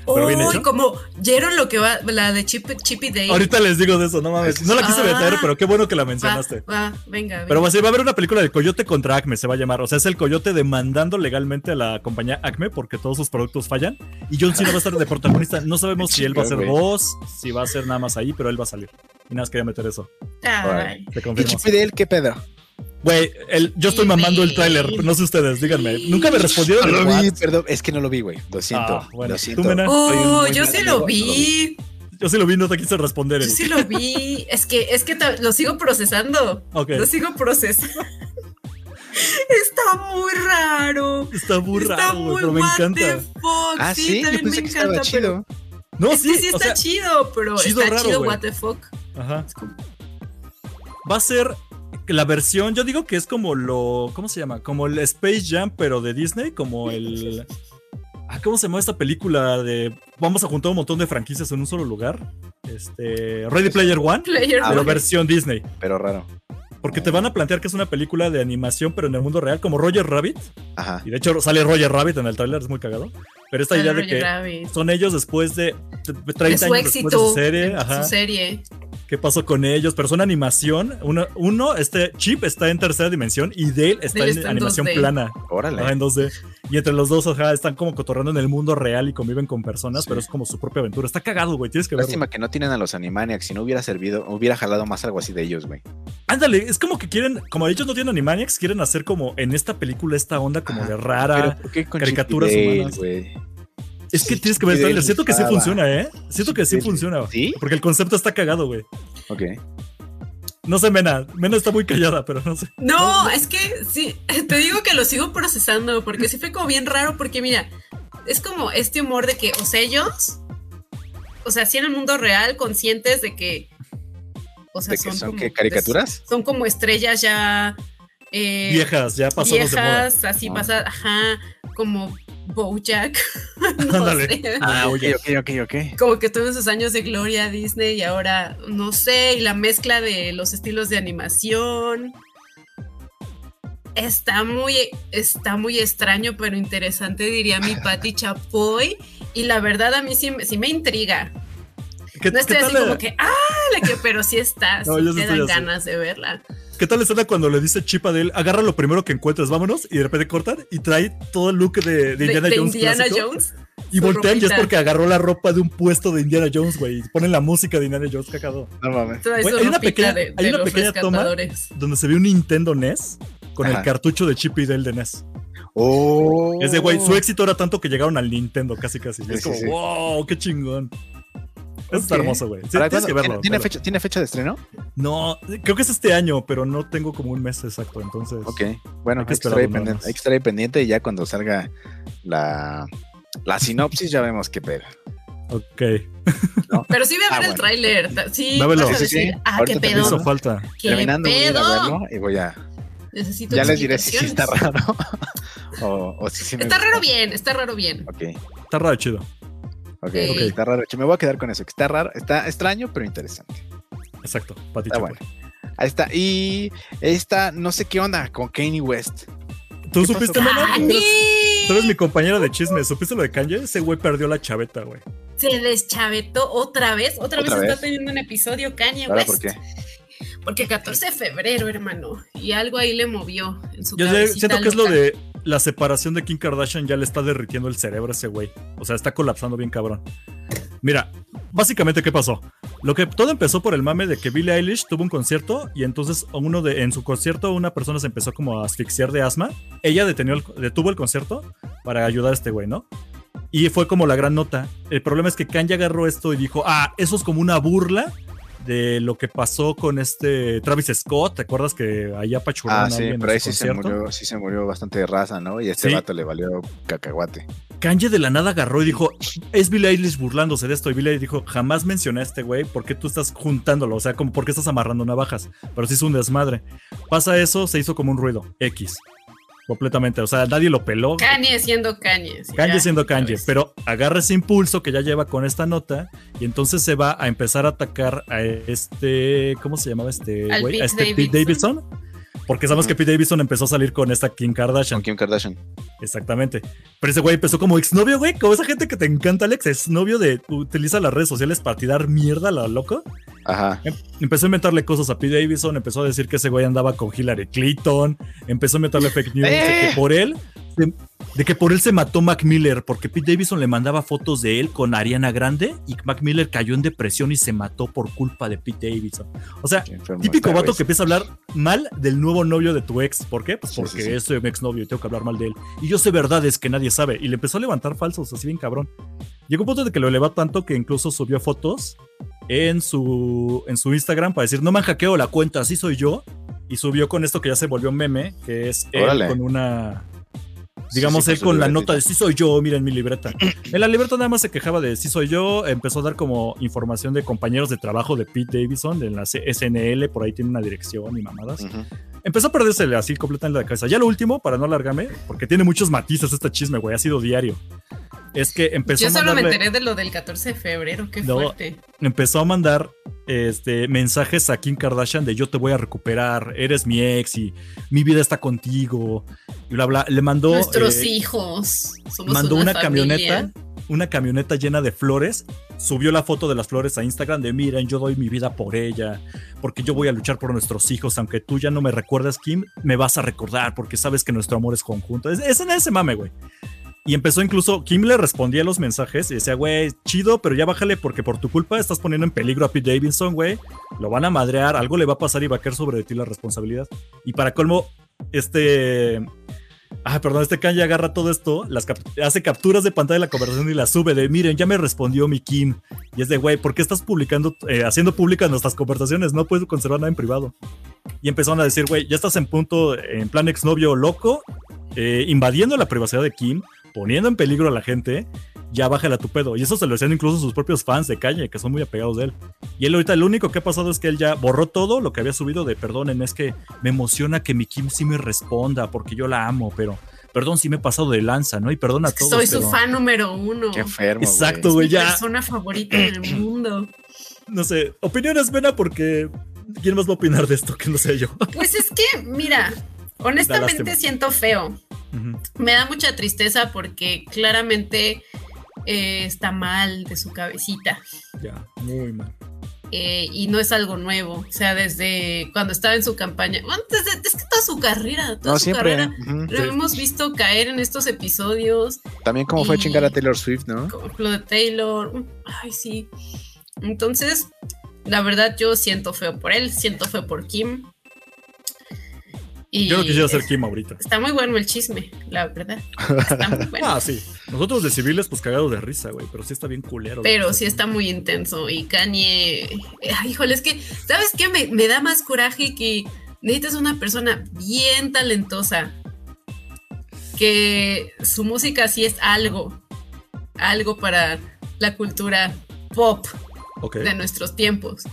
pero bien Uy, hecho. como ¿yeron lo que va, la de Chip, Chippy Day. Ahorita les digo de eso, no mames. No la quise Ah. meter, pero qué bueno que la va, mencionaste. va, venga, Pero venga. va a, ser- va a haber una película del Coyote contra Acme, se va a llamar. O sea, es el Coyote demandando legalmente a la compañía Acme porque todos sus productos fallan. Y John Cena va a estar de protagonista. No sabemos si él va a ser Chingón, güey. voz, si va a ser nada más ahí, pero él va a salir. Y nada más quería meter eso. Ay. Te ¿Y confirmo. Chippy Dale qué pedo? Güey, el- yo estoy mamando el tráiler. No sé ustedes, díganme. Nunca me respondieron. No en lo WhatsApp. vi, perdón. Es que no lo vi, güey. Lo siento. Ah, bueno, lo tú, siento. Mena. Soy un Oh, muy yo mal sí amigo, lo no lo vi. vi. Yo sí lo vi, no te quise responder. Yo Eric. sí lo vi. Es que, es que ta- lo sigo procesando. Ok, Lo sigo procesando. Está muy raro. está muy está raro, güey, muy pero me what the encanta. fuck. Ah, sí, yo también me pensé que encanta, estaba pero chido. No, es que sí o está sea, chido, pero chido está raro, chido güey. what the fuck. Ajá. Es como- va a ser la versión, yo digo que es como lo, ¿cómo se llama? Como el Space Jam, pero de Disney, como el... Ah, ¿Cómo se llama esta película de... Vamos a juntar un montón de franquicias en un solo lugar? Este... Ready Player One, Player Ah, pero One. versión Disney. Pero raro. Porque Ah. te van a plantear que es una película de animación, pero en el mundo real, como Roger Rabbit. Ajá. Y de hecho sale Roger Rabbit en el tráiler, es muy cagado. Pero esta idea de Roger que Rabbit. son ellos después de 30 De años su después de su éxito, serie. Ajá su serie. qué pasó con ellos, pero son animación. Uno, uno, este chip está en tercera dimensión y Dale está Dale en está en animación 2D. plana, ajá, Órale. en 2D. Y entre los dos, ajá, están como cotorreando en el mundo real y conviven con personas, Sí. pero es como su propia aventura. Está cagado, güey, tienes que verlo. Lástima que no tienen a los Animaniacs. Si no hubiera servido, hubiera jalado más algo así de ellos, güey. Ándale, es como que quieren, como ellos no tienen Animaniacs, quieren hacer como en esta película esta onda como Ajá, de rara. ¿por qué con caricaturas Chip y Dale, humanas. güey? es que sí, tienes que ver el Chip y trailer. Dale Siento que sí usaba. funciona, ¿eh? Siento que sí Chip y Dale. funciona. ¿Sí? Porque el concepto está cagado, güey. Ok. No sé, Mena. Mena está muy callada, pero no sé. No, es que sí, te digo que lo sigo procesando porque sí fue como bien raro porque mira, es como este humor de que, o sea, ellos, o sea, sí en el mundo real, conscientes de que, o sea, ¿De que son como- qué? ¿Caricaturas? Son como estrellas ya... eh, Viejas, ya pasados de moda. viejas, así Ah. pasa, ajá, como Bojack. no Ándale. sé. Ah, ok, oye. ok, ok, ok. Como que tuvo sus años de gloria Disney y ahora, no sé, y la mezcla de los estilos de animación. Está muy, está muy extraño, pero interesante, diría mi Patti Chapoy. Y la verdad a mí sí, me- sí me intriga. ¿Qué, No estoy qué así tal, eh? como que, ¡ah! La que, pero sí está, No, sí yo sí te estoy dan así. ganas de verla. ¿Qué tal la escena cuando le dice Chip a Dale, agarra lo primero que encuentres, vámonos? Y de repente cortan y trae todo el look de, de De, Indiana de Jones. Indiana clásico, Jones. y su voltean y es ropita. porque agarró la ropa de un puesto de Indiana Jones, güey. Y ponen la música de Indiana Jones, cagado. No mames. Trae Güey, su hay una ropita pequeña- de, hay de una los pequeña toma rescatadores. Donde se ve un Nintendo NES con el Ajá. cartucho de Chip y Dale de NES. Oh. Es de, güey, su éxito era tanto que llegaron al Nintendo casi casi. Y es Sí, como, sí, sí. wow, qué chingón. Eso está Ok. hermoso, güey. Sí, ¿Para tienes cuándo? que verlo. ¿Tiene- Pues, ¿Tiene velo. fecha, ¿Tiene fecha de estreno? No, creo que es este año, pero no tengo como un mes exacto, entonces. Ok, bueno, Hay hay que que, estar esperar ahí unos pendiente, meses. hay que estar ahí pendiente y ya cuando salga la, la sinopsis ya vemos qué pedo. Ok. Pero sí voy a ver Ah, el bueno. tráiler. ta- Sí, Va a verlo. vas a Sí, sí, sí. decir, ah, Ahorita qué te pedo. aviso. Hizo falta. ¿Qué Terminando voy a ir a pedo? verlo y voy a... Necesito Ya les diré si, sí explicaciones. está raro o, o si sí me Está gustó. raro bien, está raro bien. Ok, Está raro chido. ok, Sí. está raro. Che, Me voy a quedar con eso, que está raro, está extraño pero interesante. Exacto, Pati Está Chapoy. Ah, bueno. Ahí está, y esta no sé qué onda con Kanye West. ¿Tú ¿Qué supiste, pasó? Mena? Tú ¡Ani! eres- tú eres mi compañera de chisme. ¿Supiste lo de Kanye? Ese güey perdió la chaveta, güey. Se deschavetó otra vez. ¿Otra Otra, vez, vez? está teniendo un episodio Kanye ¿Ahora West. por qué? Porque 14 de febrero, hermano. Y algo ahí le movió en su Yo sé- cabecita siento que es lo loca. de la separación de Kim Kardashian ya le está derritiendo el cerebro a ese güey. O sea, está colapsando bien cabrón. Mira, básicamente, ¿qué pasó? Lo que todo empezó por el mame de que Billie Eilish tuvo un concierto y entonces uno de, en su concierto una persona se empezó como a asfixiar de asma. Ella detenió el- detuvo el concierto para ayudar a este güey, ¿no? Y fue como la gran nota. El problema es que Kanye agarró esto y dijo, ah, eso es como una burla de lo que pasó con este Travis Scott. ¿Te acuerdas que allá apachurraron a Ah, sí, alguien en pero ahí su sí se, concierto? murió, sí se murió bastante de raza, ¿no? Y a este Sí. vato le valió cacahuate. Kanye de la nada agarró y dijo, es Billie Eilish burlándose de esto. Y Billie Eilish dijo, jamás mencioné a este güey, ¿por qué tú estás juntándolo? O sea, como, ¿por qué estás amarrando navajas? Pero sí es un desmadre. Pasa eso, se hizo como un ruido. X. Completamente. O sea, nadie lo peló. Kanye siendo Kanye. sí, Kanye ya, siendo otra Kanye, Pues. vez. pero agarra ese impulso que ya lleva con esta nota y entonces se va a empezar a atacar a este, ¿cómo se llamaba este Al güey? Pete A este Pete Davidson. Davidson. Porque sabemos que Pete Davidson empezó a salir con esta Kim Kardashian. Con Kim Kardashian. Exactamente. Pero ese güey empezó como exnovio, güey. Como esa gente que te encanta, Alex. Exnovio de. Utiliza las redes sociales para tirar mierda a la loco. Ajá. Em- Empezó a inventarle cosas a Pete Davidson. Empezó a decir que ese güey andaba con Hillary Clinton. Empezó a inventarle fake news de ¡Eh! que por él. se- de que por él se mató Mac Miller. Porque Pete Davidson le mandaba fotos de él con Ariana Grande. Y Mac Miller cayó en depresión y se mató por culpa de Pete Davidson. O sea, Qué enfermo Típico está, vato güey. que empieza a hablar mal del nuevo novio de tu ex. ¿Por qué? Pues Sí, porque sí, sí. es mi exnovio y tengo que hablar mal de él. Y yo sé verdades que nadie sabe. Y le empezó a levantar falsos, así bien cabrón. Llegó un punto de que lo elevó tanto que incluso subió fotos en su, en su Instagram para decir, no me han hackeado la cuenta, así soy yo. Y subió con esto que ya se volvió meme, que es él Órale. con una... Sí, Digamos, sí, él su con la libretita. nota de sí soy yo, miren mi libreta. En la libreta nada más se quejaba de sí soy yo, empezó a dar como información de compañeros de trabajo de Pete Davidson, de la SNL, por ahí tiene una dirección y mamadas. Ujú. Empezó a perdérsele así completamente la cabeza. Ya lo último, para no alargarme, porque tiene muchos matices este chisme, güey, ha sido diario. Es que empezó Yo a solo me mandarle- enteré de lo del 14 de febrero, qué No, fuerte. empezó a mandar este, mensajes a Kim Kardashian de yo te voy a recuperar, eres mi ex y mi vida está contigo. Y bla, bla. Le mandó... Nuestros eh, hijos. Somos mandó una, familia. camioneta, una camioneta llena de flores, subió la foto de las flores a Instagram de miren, yo doy mi vida por ella, porque yo voy a luchar por nuestros hijos, aunque tú ya no me recuerdas, Kim, me vas a recordar porque sabes que nuestro amor es conjunto. Es, es en ese mame, güey. Y empezó incluso, Kim le respondía a los mensajes y decía, güey, chido, pero ya bájale porque por tu culpa estás poniendo en peligro a Pete Davidson, güey. Lo van a madrear, algo le va a pasar y va a caer sobre ti la responsabilidad. Y para colmo, este Ah, perdón, este Kanye agarra todo esto, las cap- hace capturas de pantalla de la conversación y las sube de, miren, ya me respondió mi Kim. Y es de, güey, ¿por qué estás publicando, eh, haciendo públicas nuestras conversaciones? No puedes conservar nada en privado. Y empezaron a decir, güey, ya estás en punto, en plan exnovio loco, eh, invadiendo la privacidad de Kim, poniendo en peligro a la gente, ya bájala tu pedo. Y eso se lo decían incluso sus propios fans de Kanye, que son muy apegados de él. Y él ahorita lo único que ha pasado es que él ya borró todo lo que había subido de, perdonen, es que me emociona que mi Kim sí me responda, porque yo la amo, pero perdón si me he pasado de lanza, ¿no? Y perdona a Es que todos. soy su pero- fan número uno. Qué enfermo. güey. Exacto, Mi güey, ya. persona favorita en el mundo. No sé, opiniones, Vena, porque ¿quién más va a opinar de esto que no sé yo? Pues es que, mira, honestamente lástima. siento feo. Ujú. Me da mucha tristeza porque claramente eh, está mal de su cabecita. Ya, muy mal. eh, y no es algo nuevo. O sea, desde cuando estaba en su campaña, bueno, desde, es que toda su carrera, toda No, su siempre. carrera, Ujú. lo hemos visto caer en estos episodios, También como fue a chingar a Y- Taylor Swift, ¿no? como lo de Taylor, mm, ay, sí. Entonces, la verdad, yo siento feo por él, siento feo por Kim. Y Yo no quisiera ser es- Kim ahorita. Está muy bueno el chisme, la verdad. Está muy bueno. Ah, sí. Nosotros de civiles, pues cagados de risa, güey. Pero sí está bien culero. Pero sí está muy intenso. Y Kanye. ay, híjole, es que, ¿sabes qué? Me, me da más coraje que necesitas una persona bien talentosa. Que su música sí es algo. Algo para la cultura pop Ok. de nuestros tiempos.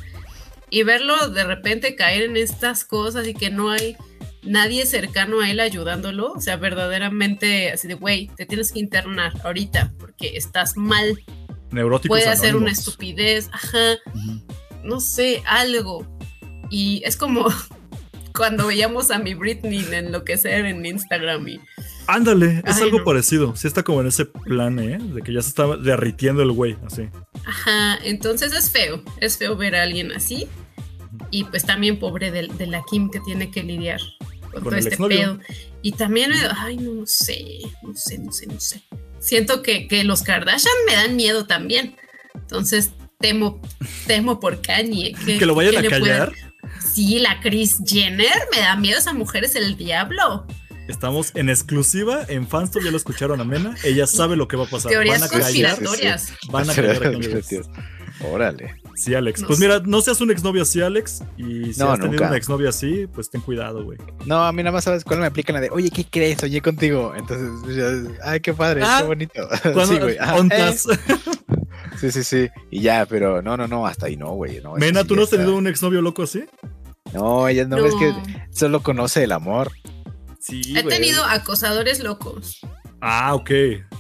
Y verlo de repente caer en estas cosas y que no hay nadie cercano a él ayudándolo. O sea, verdaderamente así de, güey, te tienes que internar ahorita porque estás mal Neuróticos puede hacer una anónimos. estupidez, ajá, Ujú. no sé, algo. Y es como cuando veíamos a mi Britney enloquecer en Instagram y Ándale, es Ay, algo no. parecido. Sí está como en ese plan, ¿eh? De que ya se está derritiendo el güey, así. ajá, entonces es feo, es feo ver a alguien así y pues también pobre del- de, la Kim que tiene que lidiar con, Con todo el este exnovio. pedo. Y también, ay, no sé, no sé, no sé, no sé. Siento que, que los Kardashian me dan miedo también. Entonces, temo, temo por Kanye. ¿Qué- Que lo vayan Eh, qué a le pueden- callar. Sí, la Kris Jenner me da miedo, esa mujer es el diablo. Estamos en exclusiva en Fanstor, ya lo escucharon a Mena. Ella sabe lo que va a pasar. Van Teorías a callar. conspiratorias. Van a callar a Kanye West. Órale. Sí, Alex. No Pues sé. mira, no seas un exnovio así, Alex. Y si No, has tenido nunca. una exnovia así, pues ten cuidado, güey. No, a mí nada más sabes cuál me aplica la de, oye, ¿qué crees? Soñé contigo. Entonces, pues, ya, ay, qué padre, Ah. qué bonito. Cuando- Sí, güey. Ah, ontas. eh, sí, sí, sí. Y ya, pero no, no, no, hasta ahí no, güey. No, Mena, eso sí ¿tú ya no has está. tenido un exnovio loco así? No, ella no, No, es que solo conoce el amor. Sí, He tenido acosadores locos. Ah, ok.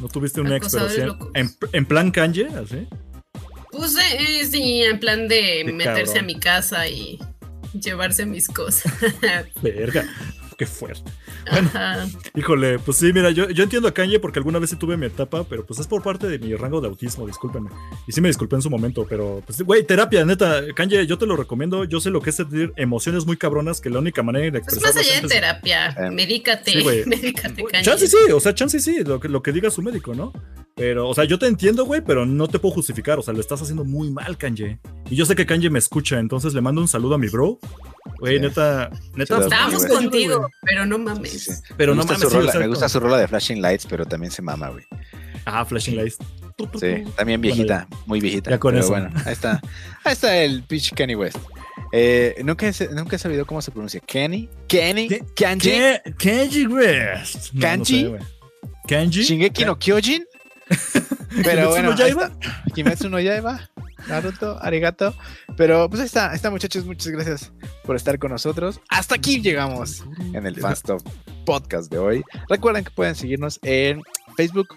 No tuviste una Acosadores experiencia. locos. En, en plan Kanye, así. Puse, eh, sí, en plan de Qué meterse cabrón. a mi casa y llevarse mis cosas. Verga. Qué fuerte. Ajá. Híjole, pues sí, mira, yo, yo entiendo a Kanye porque alguna vez sí tuve mi etapa, pero pues es por parte de mi rango de autismo, discúlpenme. Y sí me disculpé en su momento, pero pues, güey, terapia, neta, Kanye, yo te lo recomiendo. Yo sé lo que es sentir emociones muy cabronas que la única manera de Pues expresarlas más allá de antes de- terapia, Em, medícate, sí, güey. medícate, Kanye. Chance sí, o sea, chance sí, lo que, lo que diga su médico, ¿no? Pero, o sea, yo te entiendo, güey, pero no te puedo justificar, o sea, lo estás haciendo muy mal, Kanye. Y yo sé que Kanye me escucha, entonces le mando un saludo a mi bro. Güey, Sí. neta, neta. Sí, Estábamos Ayuda, contigo, pero no mames. Sí, sí. Pero me, no gusta mames, su sí, o rola, sea, me gusta como- su rola de Flashing Lights, pero también se mama, güey. Ah, Flashing Lights. Sí, también viejita, muy viejita. ya con pero eso. bueno, ahí está. Ahí está el pitch Kenny West. Eh, nunca, he, nunca he sabido cómo se pronuncia. ¿Kenny? ¿Kenny? ¿Qué? ¿Kanji? ¿Qué? Kanji West. No, no ¿Kanji? sé, güey. ¿Kanji? ¿Shingeki no Kyojin? Pero ¿Kimetsu no bueno, ahí Yaiba? está. Kimetsu no Yaiba, Naruto, Arigato. Pero pues ahí está, ahí está muchachos, muchas gracias por estar con nosotros. Hasta aquí llegamos en el Fast Talk Podcast de hoy. Recuerden que pueden seguirnos en Facebook,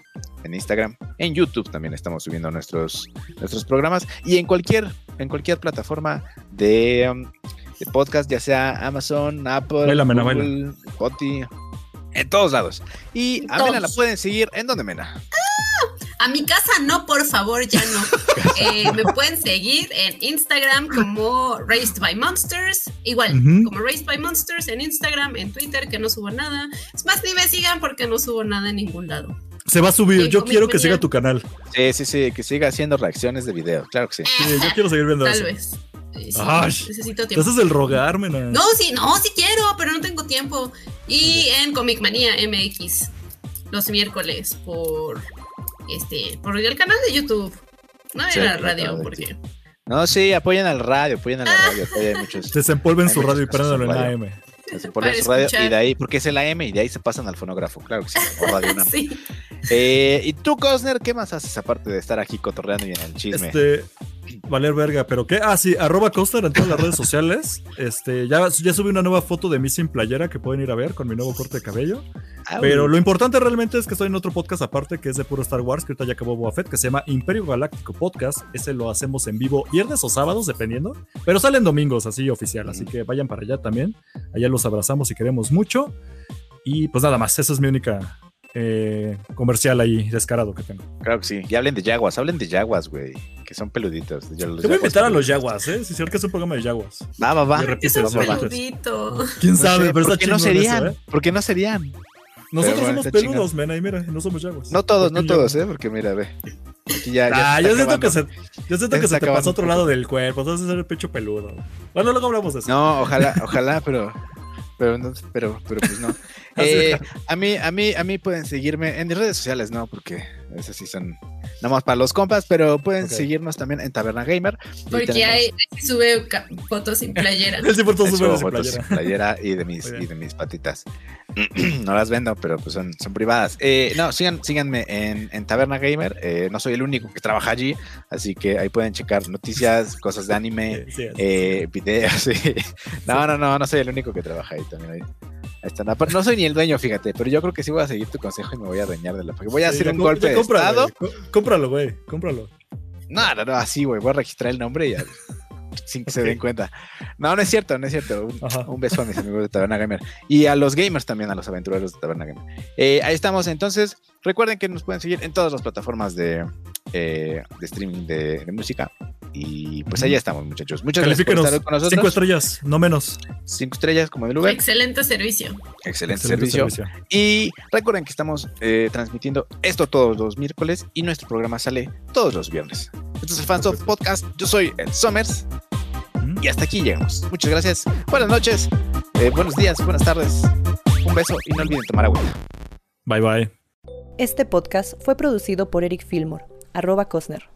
en Instagram, en YouTube también estamos subiendo nuestros, nuestros programas y en cualquier, en cualquier plataforma de, um, de podcast, ya sea Amazon, Apple, Baila, mena, baila. Spotify, en todos lados. Y a Todos. Mena la pueden seguir en donde Mena. A mi casa no, por favor, ya no. Eh, me pueden seguir en Instagram como Raised by Monsters, igual, Ujú. como Raised by Monsters en Instagram, en Twitter, que no subo nada. Es más, ni me sigan porque no subo nada en ningún lado. Se va a subir. Sí, Yo con quiero mi que siga genial. tu canal. Sí, sí, sí, que siga haciendo reacciones de video, claro que sí. Sí, yo quiero seguir viendo Tal eso. vez. Eh, sí, Ay. necesito Te tiempo. haces el rogar, mena. No, sí, no, sí quiero, pero no tengo tiempo. Y en Comic Manía MX, los miércoles, por este, por el canal de YouTube. No Sí, en la por el canal radio, de porque. No, sí, apoyen al radio, apoyen a la radio. todavía hay muchos. Desenvuelven Hay su muchas radio y cosas préndelo en en AM. Se ponen Para su radio y escuchar. de ahí, porque es el AM y de ahí se pasan al fonógrafo, claro que sí, o Radio UNAM. Sí. Eh, y tú, Cosner, ¿qué más haces aparte de estar aquí cotorreando y en el chisme? Este, valer verga, pero qué. Ah, sí, arroba Coaster en todas las redes sociales. Este, ya, ya subí una nueva foto de mí sin playera que pueden ir a ver con mi nuevo corte de cabello. Au. Pero lo importante realmente es que estoy en otro podcast aparte que es de puro Star Wars, que ahorita ya acabó Boba Fett, que se llama Imperio Galáctico Podcast. Ese lo hacemos en vivo viernes o sábados, dependiendo. Pero salen domingos, así oficial. Así Ujú. que vayan para allá también. Allá los abrazamos y queremos mucho. Y pues nada más, esa es mi única eh, comercial ahí descarado que tengo. Claro que sí, y hablen de yaguas, hablen de yaguas, güey, que son peluditos. Yo- los Te voy a yaguas invitar a peludos. los Yaguas, ¿eh? Si es cierto que es un programa de Yaguas. Va, va, va. Yo Que repito, son va, va, va. peludito. ¿Quién No sé, sabe? pero ¿por está qué no chingón eso, serían? ¿eh? ¿Por qué no serían? Nosotros bueno, somos está peludos, men, ahí mira, no somos Yaguas. No todos, no Porque todos, yo- ¿eh? Porque mira, ve. Aquí ya, ya Ah, se yo está siento que acabando. se, yo siento Ya se que se está te acabando pasó a un otro lado del cuerpo, entonces ser el pecho peludo. Bueno, luego hablamos de eso. No, ojalá, ojalá, pero, pero, no- pero, pero pues no. Eh, a mí, a mí, a mí pueden seguirme en mis redes sociales, no, porque esas sí son nada más para los compas, pero pueden Ok. seguirnos también en Taberna Gamer. Y Porque tenemos- hay, ahí se sube ca- fotos sin playera. Él sí portó he su hecho verde sin fotos sin playera. playera y de mis Muy bien. y de mis patitas. no las vendo, pero pues son, son privadas. Eh, no, sigan, síganme en, en Taberna Gamer. eh, no soy el único que trabaja allí, así que ahí pueden checar noticias, cosas de anime, Sí, sí, sí. eh, videos. sí. No, no, no, no soy el único que trabaja ahí también. Ahí, ahí están. Aparte, No soy ni el dueño, fíjate, pero yo creo que sí voy a seguir tu consejo y me voy a dañar de la. Porque voy a Sí, hacer ya un com- golpe ya de cómpralo, estado. güey, có- Cómpralo, güey, cómpralo. No, no, no, así, güey. Voy a registrar el nombre y ya. Sin que se Ok. den cuenta. No, no es cierto, no es cierto. Un, Ajá. un beso a mis amigos de Taberna Gamer. Y a los gamers también, a los aventureros de Taberna Gamer. Eh, ahí estamos, entonces. Recuerden que nos pueden seguir en todas las plataformas de, eh, de streaming de, de música. Y pues allá estamos, muchachos. Muchas gracias por Califíquenos. estar con nosotros. Cinco estrellas, no menos. Cinco estrellas como del Uber. Excelente servicio. Excelente, Excelente servicio. Y recuerden que estamos eh, transmitiendo esto todos los miércoles y nuestro programa sale todos los viernes. Esto es el Fans of Podcast. Yo soy el Somers. Y hasta aquí llegamos. Muchas gracias. Buenas noches. eh, buenos días. Buenas tardes. Un beso y no olviden tomar agua. Bye bye. Este podcast fue producido por Eric Fillmore, arroba Cosner.